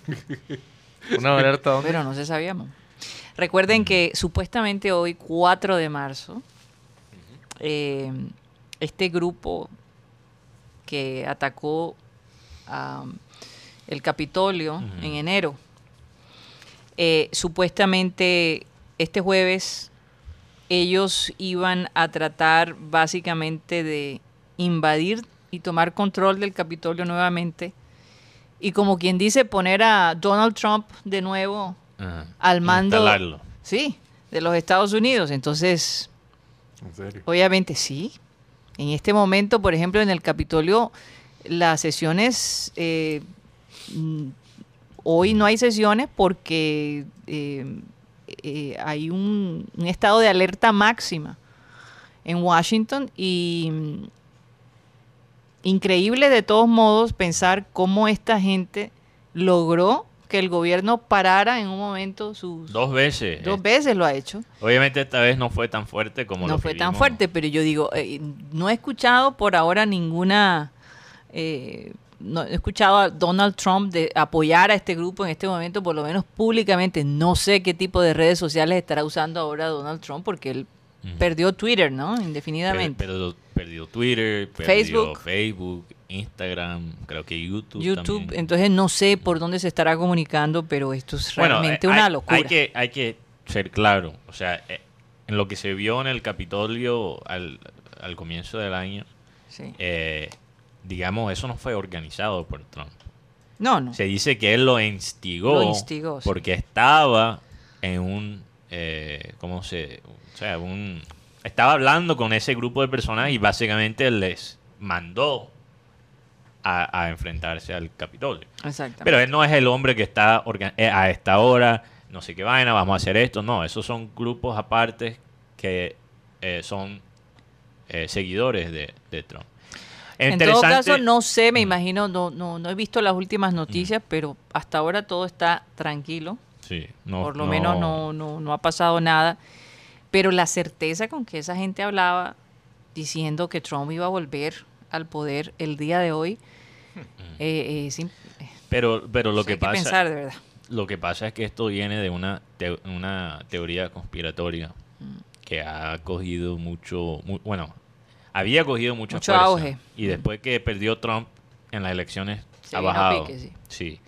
S5: una alerta ¿dónde?
S3: pero no se sabíamos. Recuerden que supuestamente hoy, 4 de marzo, eh, este grupo que atacó a um, el Capitolio en enero. Eh, supuestamente este jueves ellos iban a tratar básicamente de invadir y tomar control del Capitolio nuevamente y como quien dice poner a Donald Trump de nuevo
S6: Ajá.
S3: al mando
S6: Instalarlo.
S3: sí de los Estados Unidos entonces
S4: En serio.
S3: Obviamente sí. En este momento, por ejemplo, en el Capitolio, las sesiones, eh, mm, hoy no hay sesiones porque eh, eh, hay un, un estado de alerta máxima en Washington y mm, increíble de todos modos pensar cómo esta gente logró que el gobierno parara en un momento sus...
S6: Dos veces.
S3: dos
S6: Eh,
S3: veces lo ha hecho.
S6: Obviamente esta vez no fue tan fuerte como lo
S3: no
S6: que
S3: fue tan
S6: vimos.
S3: fuerte, pero yo digo, eh, no he escuchado por ahora ninguna, eh, no he escuchado a Donald Trump de apoyar a este grupo en este momento, por lo menos públicamente. No sé qué tipo de redes sociales estará usando ahora Donald Trump porque él
S6: Ujú.
S3: perdió Twitter, ¿no?
S6: Per-
S3: Indefinidamente.
S6: perdió, perdió Twitter, perdió
S3: Facebook.
S6: Facebook. Instagram, creo que YouTube.
S3: YouTube,
S6: también.
S3: entonces no sé por dónde se estará comunicando, pero esto es
S6: Bueno,
S3: realmente
S6: eh,
S3: una
S6: hay-
S3: locura.
S6: Hay que, hay que ser claro. O sea, eh, en lo que se vio en el Capitolio al, al comienzo del año,
S3: Sí.
S6: eh, digamos, eso no fue organizado por Trump.
S3: No, no.
S6: Se dice que él lo instigó,
S3: Lo instigó, sí.
S6: porque estaba en un, eh, ¿cómo se? O sea, un, estaba hablando con ese grupo de personas y básicamente les mandó a, a enfrentarse al Capitolio.
S3: Exactamente.
S6: Pero él no es el hombre que está orga- eh, a esta hora, no sé qué vaina, vamos a hacer esto. No, esos son grupos aparte que eh, son eh, seguidores de, de Trump.
S3: En todo
S6: Interesante-
S3: caso, no sé, me imagino, no, no, no he visto las últimas noticias, pero hasta ahora todo está tranquilo.
S6: Sí, no-
S3: Por lo menos no, no, no ha pasado nada. Pero la certeza con que esa gente hablaba diciendo que Trump iba a volver al poder el día de hoy, eh, eh, sí,
S6: Pero, pero Mm. lo
S3: hay
S6: que
S3: que
S6: pasa,
S3: pensar de verdad.
S6: lo que pasa es que esto viene de una, te- una teoría conspiratoria
S3: Mm.
S6: que ha cogido mucho, mu- bueno, había cogido mucha
S3: Mucho
S6: fuerza.
S3: auge. Mm.
S6: Y después que perdió Trump en las elecciones
S3: Se
S6: ha
S3: vino a
S6: bajado.
S3: pique, sí.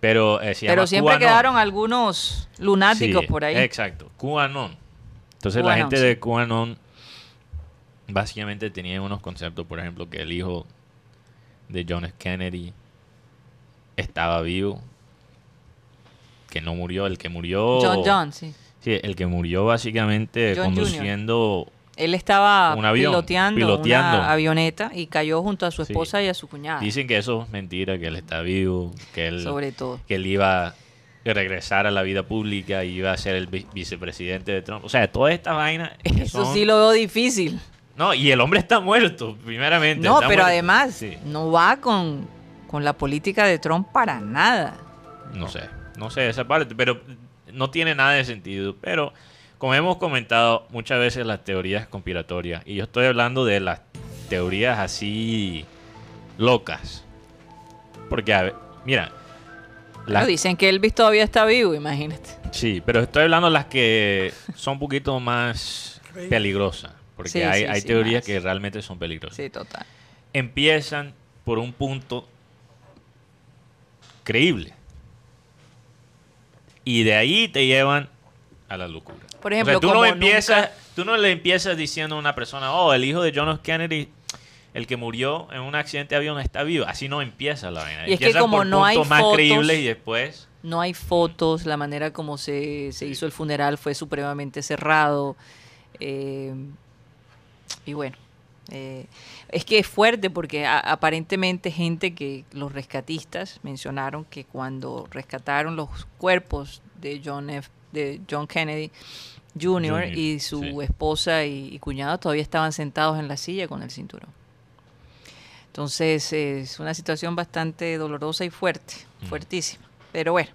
S6: Pero, eh, se
S3: Pero
S6: llama
S3: siempre
S6: QAnon.
S3: quedaron algunos lunáticos
S6: Sí,
S3: por ahí.
S6: Exacto, QAnon. Entonces la
S3: QAnon,
S6: gente
S3: sí.
S6: de QAnon básicamente tenía unos conceptos, por ejemplo, que el hijo de John F. Kennedy estaba vivo, que no murió, el que murió...
S3: John John, sí.
S6: Sí, el que murió básicamente
S3: John Jr.
S6: conduciendo...
S3: Él estaba
S6: Un avión,
S3: piloteando,
S6: piloteando.
S3: una avioneta y cayó junto a su
S6: Sí.
S3: esposa y a su cuñada,
S6: Dicen que eso es mentira, que él está vivo, que él,
S3: Ah. sobre todo.
S6: que él iba a regresar a la vida pública, iba a ser el vi- vicepresidente de Trump. O sea, todas estas vainas... que
S3: Eso
S6: son-
S3: sí lo veo difícil.
S6: No, y el hombre está muerto, primeramente.
S3: No,
S6: está
S3: pero
S6: muerto.
S3: además
S6: Sí.
S3: no va con, con la política de Trump para nada.
S6: No sé, no sé esa parte, pero no tiene nada de sentido. Pero, como hemos comentado muchas veces, las teorías conspiratorias, y yo estoy hablando de las teorías así locas. Porque, a ver, mira.
S3: Bueno,
S6: las-
S3: dicen que Elvis todavía está vivo, imagínate.
S6: Sí, pero estoy hablando de las que son un poquito más peligrosas. Porque
S3: Sí,
S6: hay,
S3: sí,
S6: hay
S3: sí,
S6: teorías
S3: más.
S6: que realmente son peligrosas.
S3: Sí, total.
S6: empiezan por un punto creíble. Y de ahí te llevan a la locura.
S3: Por ejemplo,
S6: tú, no
S3: como
S6: empiezas,
S3: nunca-
S6: tú no le empiezas diciendo a una persona, oh, el hijo de John F. Kennedy, el que murió en un accidente de avión, está vivo. Así no empieza la vaina.
S3: Y es que
S6: Empieza
S3: como
S6: por
S3: no hay
S6: puntos más
S3: fotos-
S6: creíbles y después...
S3: No hay fotos, la manera como se, se hizo el funeral fue supremamente cerrado. eh, y bueno, eh, es que es fuerte porque a- aparentemente gente que los rescatistas mencionaron que cuando rescataron los cuerpos de John, F, de John Kennedy Jr.
S6: Jr.,
S3: y su
S6: sí.
S3: esposa y, y cuñado todavía estaban sentados en la silla con el cinturón. Entonces es una situación bastante dolorosa y fuerte, fuertísima. Pero bueno,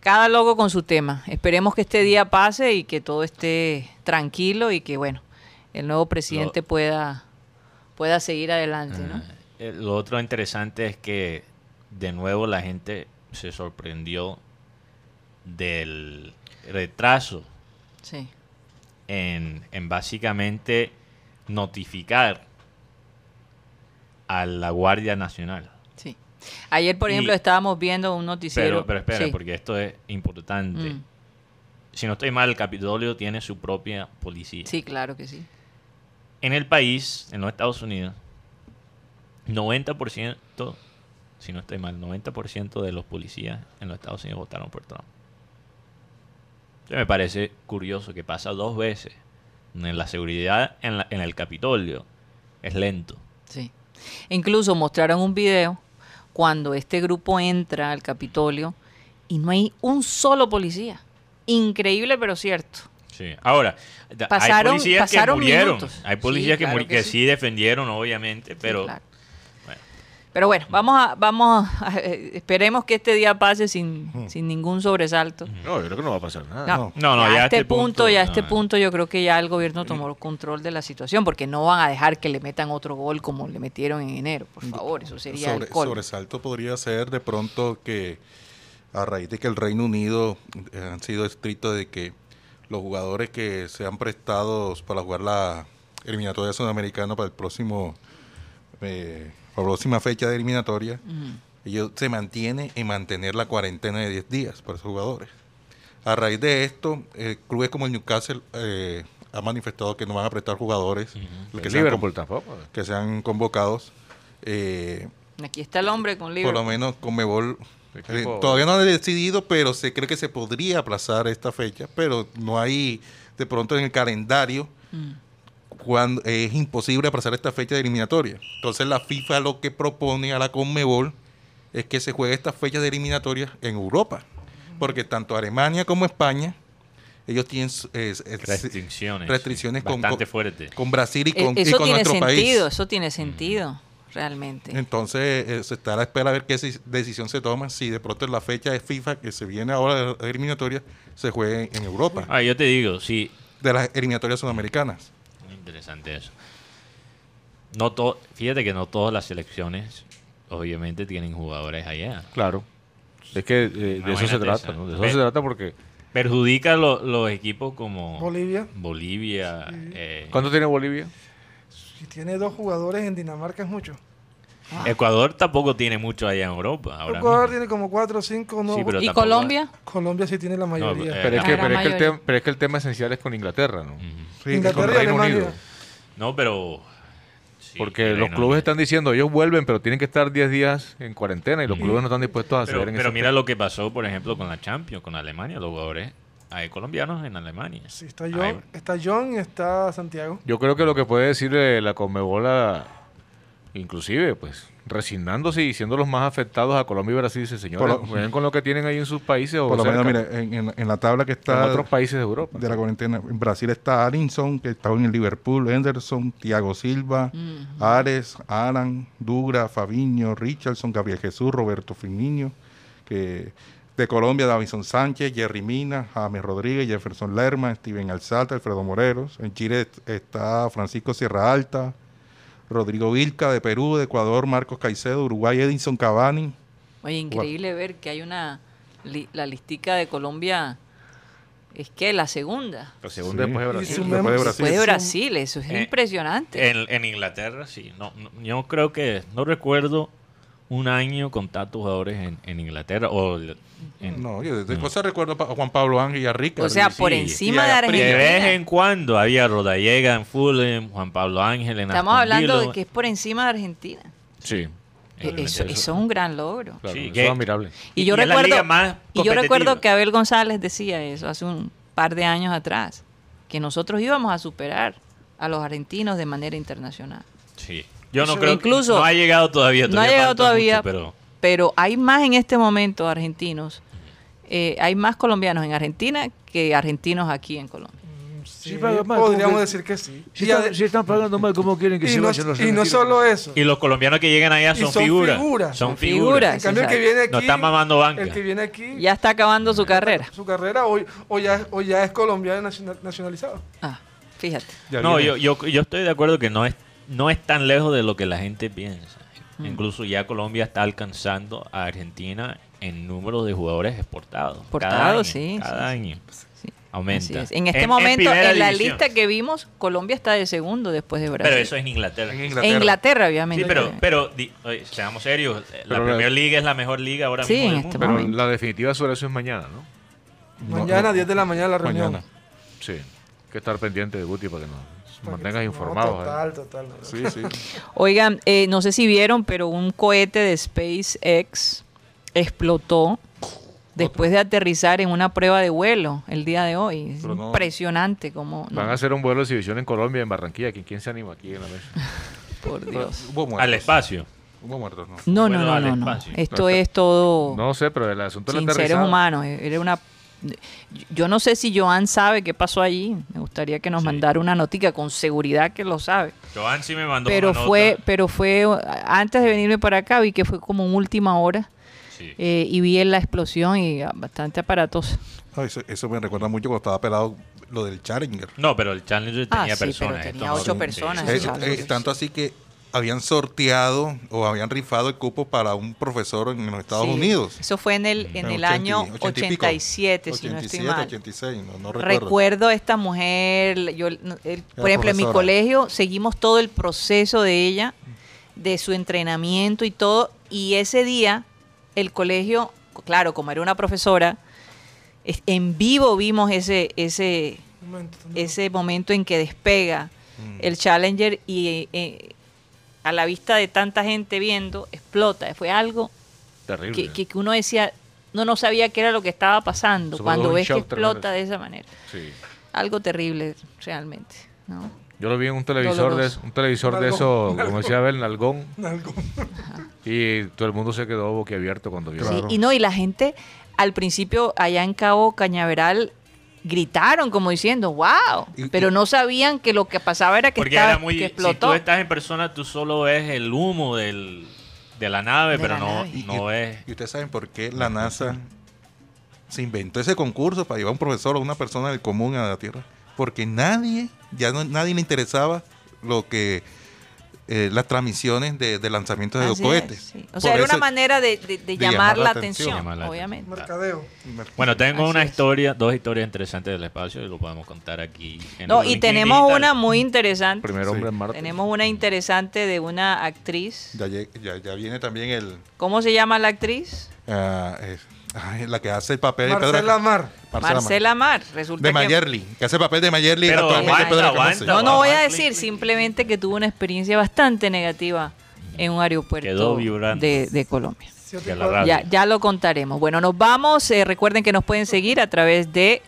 S3: cada logo con su tema. Esperemos que este día pase y que todo esté tranquilo y que bueno, el nuevo presidente pueda, pueda seguir adelante, ¿no?
S6: Eh, Lo otro interesante es que de nuevo la gente se sorprendió del retraso
S3: Sí.
S6: en, en básicamente notificar a la Guardia Nacional.
S3: Sí. Ayer, por
S6: Y-
S3: ejemplo, estábamos viendo un noticiero.
S6: Pero, pero espera,
S3: sí.
S6: porque esto es importante.
S3: Mm.
S6: Si no estoy mal, el Capitolio tiene su propia policía.
S3: Sí, claro que sí.
S6: En el país, en los Estados Unidos, 90%, si no estoy mal, 90% de los policías en los Estados Unidos votaron por Trump. Entonces me parece curioso que pasa dos veces. En la seguridad en, la- en el Capitolio es lento.
S3: Sí. Incluso mostraron un video cuando este grupo entra al Capitolio y no hay un solo policía. Increíble, pero cierto.
S6: Sí. Ahora, da-
S3: Pasaron-
S6: hay policías
S3: pasaron
S6: que murieron.
S3: minutos.
S6: Hay policías
S3: Sí,
S6: que,
S3: claro
S6: muri-
S3: que
S6: que
S3: sí.
S6: sí defendieron, obviamente,
S3: Sí,
S6: pero
S3: claro.
S6: bueno.
S3: Pero bueno, vamos a, vamos a- eh, esperemos que este día pase sin,
S4: Mm.
S3: sin ningún sobresalto.
S5: No, yo creo que no va a pasar nada.
S3: No,
S6: No, no,
S3: ya,
S6: ya
S3: a este,
S6: este
S3: punto,
S6: punto,
S3: ya a
S6: no, Mm.
S3: este
S6: ya.
S3: punto yo creo que ya el gobierno tomó el control de la situación porque no van a dejar que le metan otro gol como le metieron en enero, por favor, eso sería
S4: Mm. Sobre-
S3: el colmo.
S4: sobresalto podría ser de pronto que a raíz de que el Reino Unido eh, han sido estrictos de que los jugadores que sean prestados para jugar la eliminatoria sudamericana para el próximo eh, para la próxima fecha de eliminatoria ellos se mantiene en mantener la cuarentena de 10 días para esos jugadores a raíz de esto eh, clubes como el Newcastle eh, ha manifestado que no van a prestar jugadores
S5: El
S4: que, sean
S5: Liverpool
S4: con-
S5: tampoco.
S4: que sean convocados eh,
S3: Aquí está el hombre con
S4: por lo
S3: Liverpool.
S4: menos Conmebol eh,
S5: Equipo-
S4: todavía no ha decidido, pero se cree que se podría aplazar esta fecha, pero no hay de pronto en el calendario
S3: Mm.
S4: cuando es imposible aplazar esta fecha de eliminatoria. Entonces la FIFA lo que propone a la Conmebol es que se juegue esta fecha de eliminatoria en Europa, porque tanto Alemania como España ellos tienen eh, eh,
S6: Restricciones.
S4: restricciones con,
S6: Bastante
S4: con-
S6: fuerte.
S4: con Brasil y
S3: Eh,
S4: con, y
S3: eso
S4: con
S3: tiene
S4: nuestro país.
S3: sentido, eso tiene sentido, realmente.
S4: Entonces, eh, se está a la espera a ver qué si- decisión se toma. Si de pronto en la fecha de FIFA, que se viene ahora de la eliminatoria, se juegue en Europa,
S6: Ah, yo te digo, sí,
S4: de las eliminatorias sudamericanas.
S6: Muy Interesante eso. No to- fíjate que no todas las selecciones, obviamente, tienen jugadores allá.
S5: Claro. Es que eh, de eso
S6: buena
S5: se trata,
S6: tesa.
S5: ¿no? De eso
S6: Ve-
S5: se trata porque.
S6: Perjudica lo- los equipos como
S7: Bolivia.
S6: Bolivia, eh,
S5: ¿Cuánto tiene Bolivia?
S7: Si tiene dos jugadores en Dinamarca es mucho.
S6: Ecuador tampoco tiene mucho allá en Europa. Ahora
S7: Ah. Ecuador
S6: mismo.
S7: tiene como cuatro o cinco. No,
S6: Sí, pero
S3: ¿Y
S6: tampoco-
S3: Colombia?
S7: Colombia sí tiene la mayoría.
S6: eh,
S5: Pero
S3: La
S5: es,
S3: gran
S5: que, pero, es que el
S3: mayoría.
S5: tema- pero es que el tema esencial es con Inglaterra, ¿no?
S4: Sí,
S7: Inglaterra
S4: con
S7: y
S4: Reino
S7: Alemania.
S4: Unido.
S6: No, pero. sí,
S5: Porque los
S6: Reino
S5: clubes
S6: Unido.
S5: están diciendo, ellos vuelven, pero tienen que estar 10 días en cuarentena y los clubes no están dispuestos a hacer
S6: Pero,
S5: en
S6: pero
S5: ese
S6: mira lo que pasó, por ejemplo, con la Champions, con Alemania. Los jugadores hay colombianos en Alemania.
S7: Sí, está John,
S6: Ahí-
S7: está John y está Santiago.
S5: Yo creo que lo que puede decirle la Conmebola, inclusive, pues, resignándose y siendo los más afectados a Colombia y Brasil, dice, señores,
S4: Por lo-
S5: jueguen con lo que tienen ahí en sus países o
S4: Por lo menos,
S5: cerca,
S4: mira, en, en- en la tabla que
S5: en
S4: está
S5: otros países de Europa.
S4: de la cuarentena, en Brasil está Arinson, que está en el Liverpool, Henderson, Thiago Silva, Ares, Alan, Dugra, Fabiño, Richardson, Gabriel Jesús, Roberto Firmino, que de Colombia, Davison Sánchez, Jerry Mina, James Rodríguez, Jefferson Lerma, Steven Alzate, Alfredo Moreros. En Chile est- está Francisco Sierra Alta, Rodrigo Vilca de Perú, de Ecuador, Marcos Caicedo, Uruguay, Edinson Cavani.
S3: Oye, increíble ver que hay una li- la listica de Colombia es que la segunda.
S5: La segunda
S4: Sí.
S5: después de
S7: Y
S5: Brasil.
S7: sumemos-
S4: Después de Brasil.
S3: Después de Brasil, eso es
S6: Eh,
S3: impresionante.
S6: En, en Inglaterra, sí. No, no- yo creo que no recuerdo un año con tantos jugadores en, en Inglaterra. O el- en-
S4: No, yo
S5: Mm.
S4: de cosas recuerdo a Juan Pablo Ángel y a Rica.
S3: o sea,
S6: sí,
S3: por
S6: sí.
S3: encima
S4: Y
S3: de
S4: a
S6: de vez en
S3: Argentina.
S6: cuando había Rodallega en Fulham, Juan Pablo Ángel en
S3: Estamos
S6: Aston
S3: hablando de
S6: Villa.
S3: que es por encima de Argentina.
S5: Sí,
S3: Eh, Eso,
S6: Inglaterra.
S3: eso es un gran logro.
S5: claro,
S6: Sí,
S5: eso
S6: que-
S5: es admirable.
S3: Y yo
S6: es la liga
S3: recuerdo
S6: más
S3: y yo recuerdo
S6: competitiva.
S3: que Abel González decía eso hace un par de años atrás, que nosotros íbamos a superar a los argentinos de manera internacional.
S6: Sí. Yo no
S3: Eso-
S6: creo
S3: incluso-
S6: que no ha llegado todavía.
S3: no ha llegado
S6: falta
S3: todavía,
S6: mucho, pero
S3: pero hay más en este momento argentinos, eh, hay más colombianos en Argentina que argentinos aquí en Colombia.
S7: Sí,
S1: pero, man,
S7: podríamos
S1: ¿cómo que-
S7: decir que sí.
S1: Si
S7: Y,
S1: están,
S7: ade-
S1: si están pagando mal, ¿cómo quieren que
S7: y
S1: se
S7: no,
S1: vayan los
S7: y no
S1: argentinos?
S7: solo eso.
S6: y los colombianos que llegan allá son,
S7: son
S6: figuras.
S7: figuras.
S6: Son
S3: Son
S6: figuras.
S7: en cambio, el que viene aquí.
S6: No está mamando banca.
S7: El que viene aquí.
S3: Ya está acabando su carrera.
S7: Su carrera o, o ya, o ya es colombiano nacional- nacionalizado.
S3: Ah, fíjate.
S4: Ya
S6: No,
S4: viene.
S6: yo, yo, yo estoy de acuerdo que no es, no es tan lejos de lo que la gente piensa.
S5: Mm.
S6: Incluso ya Colombia está alcanzando a Argentina en número de jugadores exportados. Cada
S3: Exportados,
S6: año,
S3: sí,
S6: Cada año.
S3: Sí,
S6: Aumenta.
S3: así es. En este
S6: En- en
S3: momento, en,
S6: primera
S3: la
S6: división.
S3: lista que vimos, Colombia está de segundo después de Brasil.
S6: Pero eso es en Inglaterra.
S4: En
S3: E Inglaterra, obviamente.
S6: Sí, pero, pero di- oye, seamos serios.
S5: Pero
S6: la
S5: la-
S6: Premier League es la mejor liga ahora
S3: Sí,
S6: mismo.
S3: en
S6: del
S3: este
S6: mundo.
S5: Pero
S3: momento.
S5: la definitiva sobre eso es mañana, ¿no?
S4: No,
S7: mañana,
S4: no.
S7: 10 de la mañana, la reunión.
S4: Mañana.
S5: Sí. Hay que estar pendiente de Guti para que nos
S7: Para que-
S5: mantengas
S7: no,
S5: informados. ¿eh?
S7: Total, total. no.
S4: Sí, sí.
S3: Oigan, eh, no sé si vieron, pero un cohete de SpaceX explotó después de aterrizar en una prueba de vuelo el día de hoy. Es
S4: Pero no-
S3: impresionante como...
S5: Van a hacer un vuelo de exhibición en Colombia, en Barranquilla. ¿Quién, quién se anima aquí en la mesa?
S3: Por Dios.
S4: Hubo muertos.
S6: Al espacio.
S4: Hubo muertos, ¿no?
S3: No, no,
S6: Vuelo
S3: no,
S6: al
S3: no, no.
S6: espacio.
S3: Esto es todo
S5: No sé, pero el asunto del
S3: sin seres
S5: aterrizado-
S3: humanos. Era una Yo no sé si Joan sabe qué pasó allí. Me gustaría que nos
S6: Sí.
S3: mandara una notica con seguridad que lo sabe.
S6: Joan sí me mandó
S3: Pero
S6: una
S3: fue,
S6: nota.
S3: pero fue a- antes de venirme para acá, vi que fue como en última hora
S6: Sí.
S3: eh, y vi la explosión y ah, bastante aparatosa.
S4: No, Ah, eso, eso me recuerda mucho cuando estaba pelado lo del Challenger.
S6: No, pero el Challenger
S3: Ah,
S6: tenía
S3: sí, pero
S6: personas.
S3: tenía
S6: esto no-
S3: ocho
S6: sí,
S3: personas,
S6: sí,
S4: Eh,
S6: sí.
S3: claro.
S4: eh, tanto así que habían sorteado o habían rifado el cupo para un profesor en los Estados
S3: Sí.
S4: Unidos.
S3: Eso fue en el, en
S4: En
S3: el
S4: 80
S3: año
S4: 80 y pico.
S3: 87, si no estoy
S4: 87,
S3: mal.
S4: 86, no, no recuerdo.
S3: Recuerdo a esta mujer, yo, no, el- por ejemplo, en mi
S4: profesora.
S3: colegio seguimos todo el proceso de ella, de su entrenamiento y todo, y ese día el colegio, claro, como era una profesora, es- en vivo vimos ese, ese,
S7: Momento,
S3: ese momento en que despega el Challenger y eh, a la vista de tanta gente viendo, explota. Fue algo
S5: Terrible.
S3: que, que- que uno decía, no, no sabía qué era lo que estaba pasando
S5: Sobre todo
S3: cuando
S5: un
S3: ves que
S5: shock tremendo.
S3: explota de esa manera.
S5: Sí.
S3: Algo terrible realmente. ¿no?
S5: Yo lo vi en un televisor de,
S3: Doloroso.
S5: un televisor de
S7: Nalgón,
S5: eso,
S7: nalgón.
S5: como decía Abel, nalgón,
S7: algo.
S5: y todo el mundo se quedó boquiabierto cuando vio.
S3: Sí, y no, y la gente al principio allá en Cabo Cañaveral gritaron como diciendo, wow,
S4: Y-
S3: pero
S4: y-
S3: no sabían que lo que pasaba era que,
S6: Porque
S3: estaba-
S6: era muy.
S3: que
S6: Si tú
S3: explotó.
S6: estás en persona, tú solo ves el humo del, de la nave,
S3: De
S6: pero
S3: la
S6: no,
S3: nave.
S4: Y-
S6: no
S4: y,
S6: ves.
S4: y ustedes saben por qué la NASA se inventó ese concurso para llevar a un profesor o una persona del común a la Tierra. Porque nadie, ya no, nadie le interesaba lo que eh, las transmisiones de, de lanzamientos de los
S3: Así
S4: cohetes.
S3: es, sí. O sea,
S4: Por
S3: era una
S4: eso-
S3: manera de, de- de
S4: de
S3: llamar, la atención,
S6: Llamar la
S3: obviamente.
S7: Mercadeo.
S6: Bueno, tengo
S3: Así
S6: una
S3: es.
S6: historia, dos historias interesantes del espacio y lo podemos contar aquí. en
S3: No,
S6: el
S3: y
S6: Wiki
S3: tenemos
S6: Digital.
S3: una muy interesante.
S5: Primer
S4: Sí.
S5: hombre en Marte.
S3: Tenemos una interesante de una actriz.
S4: Ya, lleg- ya- ya viene también el,
S3: ¿Cómo se llama la actriz?
S4: ah, eh, ay, la que hace el papel de Pedro-
S7: Marcela Mar.
S4: Marcela Mar-
S3: Marcela Mar. Resulta
S4: de
S3: que
S4: Mayerly, que hace el papel de Mayerly
S6: Pero
S4: actualmente
S3: aguanta,
S4: Pedro
S6: aguanta,
S4: Alcácer.
S3: No, no voy a
S6: Clic,
S3: decir,
S6: clic,
S3: simplemente que tuvo una experiencia bastante negativa en un
S6: Quedó
S3: aeropuerto
S6: vibrando.
S3: de, de Colombia.
S7: Siete
S6: De la
S7: cuadras.
S6: radio.
S3: Ya, ya lo contaremos. Bueno, nos vamos. Eh, recuerden que nos pueden seguir a través de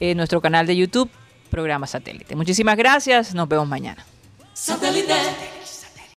S3: eh, nuestro canal de YouTube, Programa Satélite. Muchísimas gracias. Nos vemos mañana.
S1: Satellite.